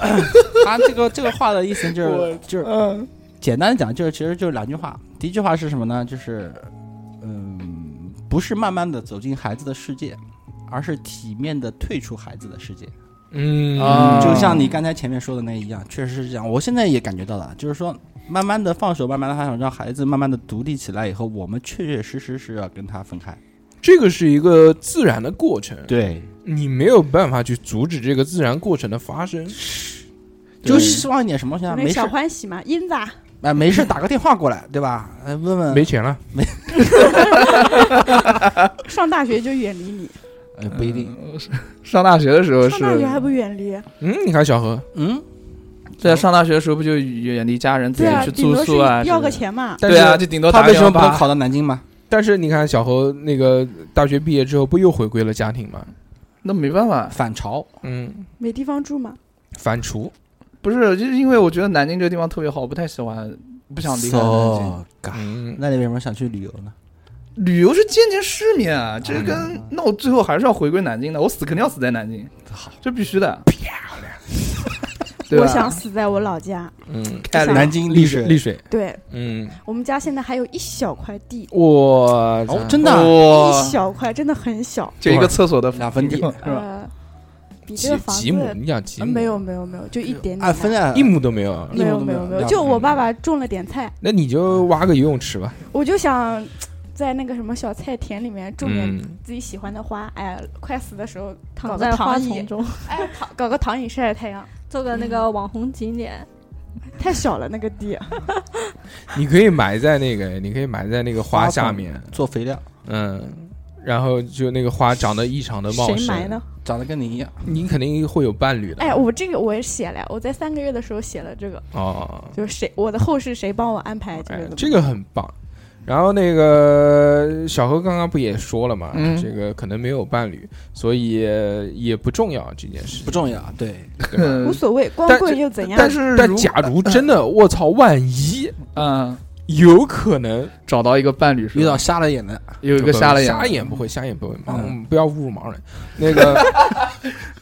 他这个这个话的意思就
我
是就是
嗯，
简单地讲，就是其实就是两句话。第一句话是什么呢？就是嗯，不是慢慢的走进孩子的世界，而是体面的退出孩子的世界。
嗯
啊
就像你刚才前面说的那一样，确实是这样。我现在也感觉到了，就是说，慢慢的放手，慢慢的放手，让孩子慢慢的独立起来以后，我们确确实实是要跟他分开。
这个是一个自然的过程，
对，
你没有办法去阻止这个自然过程的发生。
就希望一点什么东西啊，
那
没事
小，欢喜嘛，英子啊，
哎，没事打个电话过来，对吧？哎，问问，
没钱了，
上大学就远离你，
哎，不一定，
上大学的时候
上大学还
是，
不远离？
嗯，你看小何，
嗯，
在上大学的时候不就远离家人，自
对
己
啊，
去
顶
住
多是
宿啊？
要个，钱嘛。
但
对
是
啊，就顶多
他
打
为什么
电
不
话
能考到南京嘛？
但是你看小何那个大学毕业之后不又回归了家庭吗？
那没办法，
反潮，
嗯，
没地方住嘛，
反刍，
不是，就是因为我觉得南京这个地方特别好，我不太喜欢，不想离开南京。
So god
嗯，
那你为什么想去旅游呢？
旅游是见见世面啊，这跟那我最后还是要回归南京的，我死肯定要死在南京，好，这必须的。对吧啊
我想死在我老家。
嗯，
哎
想
南京
丽
丽
水
水
丽水，
对
嗯，
我们家现在还有一小块地，
哇，
哦，真的啊
哇
一，小块真的很小，
就一个厕所的
两分地
是吧？
呃，比
几
这个房
几亩？
子
你讲几
呃
亩？
没有没有没有，就一点点
按分
的。
啊，
一亩都没有，
没有
一亩都
没
没有
有没有，
两
就
亩
我爸爸种了点菜，
那你就
嗯
挖个游泳池吧。
我就想在那个什么小菜田里面种点
嗯，
自己喜欢的花，哎呀，快死的时候搞
躺
个
在花
躺椅
丛中，
哎，躺搞个躺椅晒晒太阳，
做个那个网红景点。
太小了那个地，啊
你可以埋在那个，你可以埋在那个花
花
下
丛
面，
做肥料，
嗯，然后就那个花长得异常的茂啊
谁
盛。
埋呢？？
长得跟你一样，
你肯定会有伴侣的。
哎，我这个我也写了，我在三个月的时候写了这个，
哦，
就是谁我的后事谁帮我安排这
哎
个，
这个很棒。然后那个小何刚刚不也说了嘛，
嗯
这个可能没有伴侣，所以也不重要这件事
不。重要，对，
嗯
无所谓，光
但
棍
是
又怎样？
但是
但
如
假如
呃
真的，我操，万一
嗯
有可能
找到一个伴侣是
遇到
吧？
瞎了眼的，
有一个瞎了眼，
瞎眼不会，瞎眼不会，盲
嗯
我们不要侮辱盲 人。那个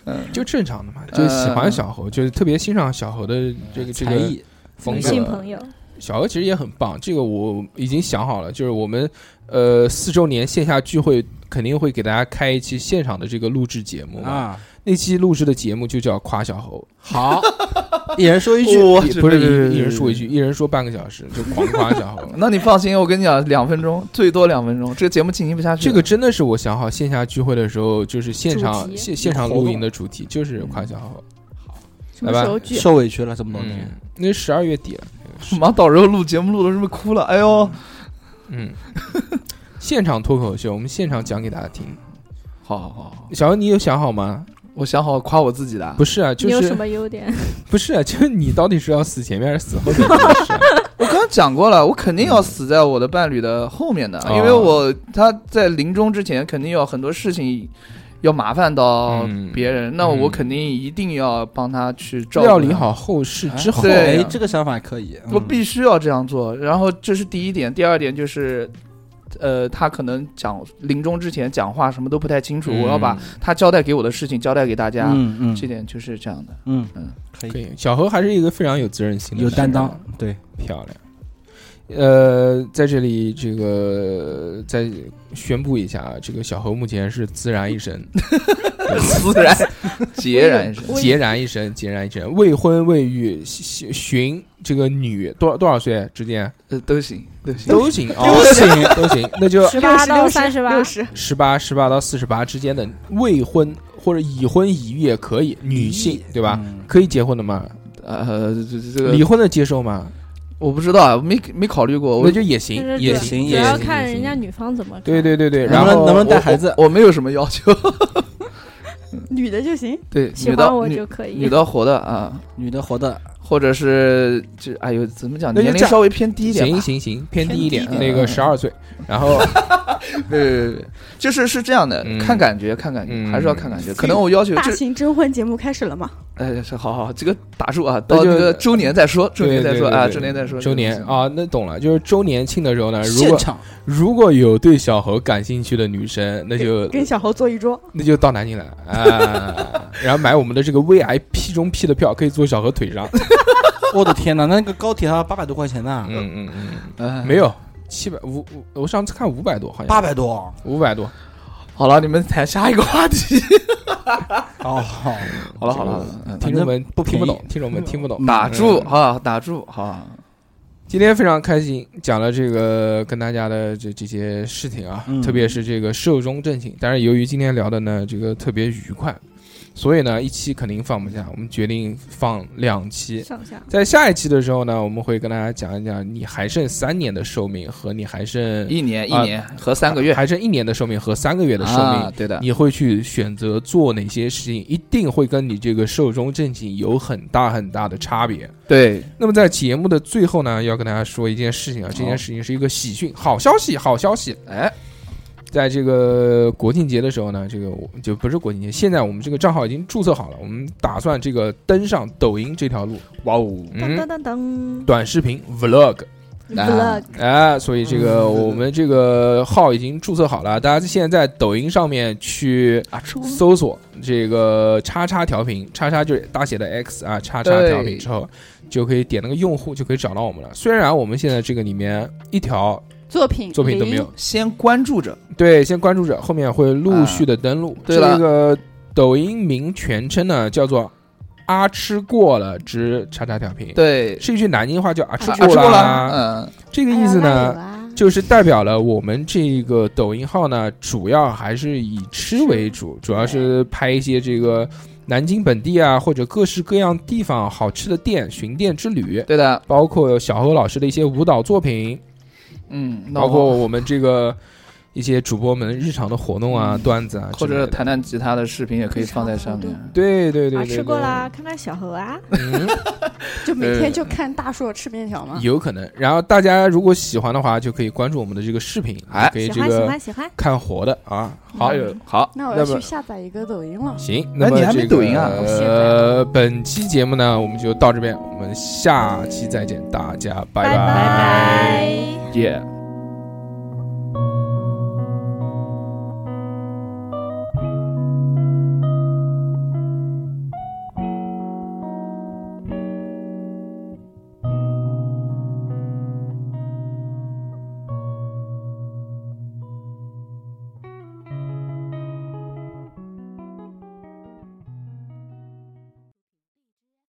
嗯呃
就正常的嘛，就喜欢小何，就是特别欣赏小何的这个这
才
个
艺
风
女
格。
性朋友，
小何其实也很棒，这个我已经想好了，就是我们呃四周年线下聚会肯定会给大家开一期现场的这个录制节目嘛。
啊，
那期录制的节目就叫夸小侯，
好，一人说一句，
我。
也不是一一人说一句，一人说半个小时，就狂夸小侯
那你放心，我跟你讲，两分钟最多两分钟，这个节目进行不下去。
这个真的是我想好线下聚会的时候，就是现
主
场
题
现现场录音的主题就是夸小侯。
什么时候聚？
受委屈了这么多
嗯
年，，
那十二月底了。
马导师录节目录的是不是哭了？哎呦，
嗯， 现场脱口秀，我们现场讲给大家听。
好好好好，
小何，你有想好吗？
我想好夸我自己的啊，
不是啊，就
你有
是
什么优点？
不是，啊就是你到底是要死前面还是死后面？
我刚刚讲过了，我肯定要死在我的伴侣的后面的，
嗯
因为我他在临终之前肯定有很多事情要麻烦到
嗯
别人，那我
嗯
肯定一定要帮他去照顾
料理
他。
好后事之后，
对
哎，这个想法可以，嗯
我必须要这样
嗯
做。然后这是第一点，第二点就是，呃，他可能讲临终之前讲话什么都不太清楚，
嗯
我要把他交代给我的事情交代给大家。
嗯嗯
这点就是这样的。
嗯
嗯
嗯，可
可
以，
以。小何还是一个非常有责任心的，
有担当，，对，
漂亮。呃，在这里这个再宣布一下啊，这个小何目前是孑然一身，
自然，孑然是。
我
孑然一身，孑然一身，未婚未育，寻寻这个女多少多少岁之间
呃，都行，都行。
都行，都行，都行，那就
十八到
六
三十八
六，十，
十八十八到四十八之间的未婚或者已婚已育也可以，女性对吧？
嗯
可以结婚的吗？
呃，这这这
离
个
婚的接受吗？
我不知道啊，没没考虑过。
那
我
就也
就
行
是，
也
对
行，
行
主
也
也
要
行，
看
也
人家
行
女方怎么看。
对对对对，
能
然
不能
后
能不能
我
带孩子
我我没有什么要求。
女的就行。
对，
喜
女
欢
的
我
女
就可以
女。的活的啊，
女的活的，
或者是这哎呦，怎么讲？
那就
年龄
这样
稍微偏低一点吧。
行行行，偏低一点，
偏低一
那
点
个
嗯
十二岁，然后
对对对，对，就是是这样的，
嗯
看感觉，看感觉，
嗯
还是要看感觉。可能我要求
大
就是，
型征婚节目开始了吗？
哎，是好好，这个打住啊，
那
到
就
这个周年再说，周
对
年再
对
说
对
啊，
对
周年再说，
周年
这个东西。
啊，那懂了，就是周年庆的时候呢，呃如
现
果
场
如果有对小猴感兴趣的女生，那就
跟小猴坐一桌，
那就到南京来啊，然后买我们的这个 VIP 中 P 的票，可以坐小何腿上，
我的天哪，那个高铁还要八百多块钱呢，
嗯嗯嗯，
哎
没有。七百五五，我上次看五百多，好像
八百多
五百多。
好了，你们谈下一个话题。
哦，
好了好了好了，嗯
听众们
不
听不
便宜
懂，听众们听不懂。
打住
嗯
好，打住好，
今天非常开心，讲了这个跟大家的这这些事情啊，
嗯
特别是这个寿终正寝。但是由于今天聊的呢，这个特别愉快，所以呢一期肯定放不下，我们决定放两期。
上下
在下一期的时候呢，我们会跟大家讲一讲你还剩三年的寿命和你还剩
一年一
啊
年和三个月
还剩一年的寿命和三个月的寿
啊
命，，
对的，
你会去选择做哪些事情，一定会跟你这个寿终正寝有很大很大的差别。
对，
那么在节目的最后呢，要跟大家说一件事情啊，
哦
这件事情是一个喜讯，好消息，好消息！
哎，
在这个国庆节的时候呢，这个我就不是国庆节，现在我们这个账号已经注册好了，我们打算这个登上抖音这条路，
哇哦，
当
嗯
当，当当，
短视频 vlog
啊
vlog，
啊，所以这个我们这个号已经注册好了，大家现在在抖音上面去
啊，出
搜索这个“叉叉调频”，叉叉就是大写的 X 啊，叉叉调频之后，就可以点那个用户就可以找到我们了。虽然我们现在这个里面一条
作品
作品都没有，
先关注着，
对，先关注着，后面会陆续的登录。
啊对了
这个抖音名全称呢叫做“阿吃过了之叉叉调频”，
对，
是一句南京话叫“阿吃
啊
过
出
了
了，
啊”。
嗯，
这个意思
哎
呢，
啊
就是代表了我们这个抖音号呢，主要还是以吃为主，主要是拍一些这个南京本地啊，或者各式各样地方好吃的店巡店之旅，
对的，
包括小侯老师的一些舞蹈作品，
嗯，
包括我们这个一些主播们日常的活动啊、段子啊之
嗯或
类的，
者弹弹吉他的视频也可以放在上面。
对对对对
啊，
对
吃过啦，看看小猴啊，
嗯，
就每天就看大硕吃面条嘛。
呃有可能。然后大家如果喜欢的话，就可以关注我们的这个视频，
哎
可以
喜
这
欢喜
个
欢喜欢，
看活的啊。好，
哎呦好，
那我要
那么
去下载一个抖音了，
行，那么
你还没
这个
抖音啊
呃，本期节目呢，我们就到这边，我们下期再见，大家拜
拜
拜
拜。
耶、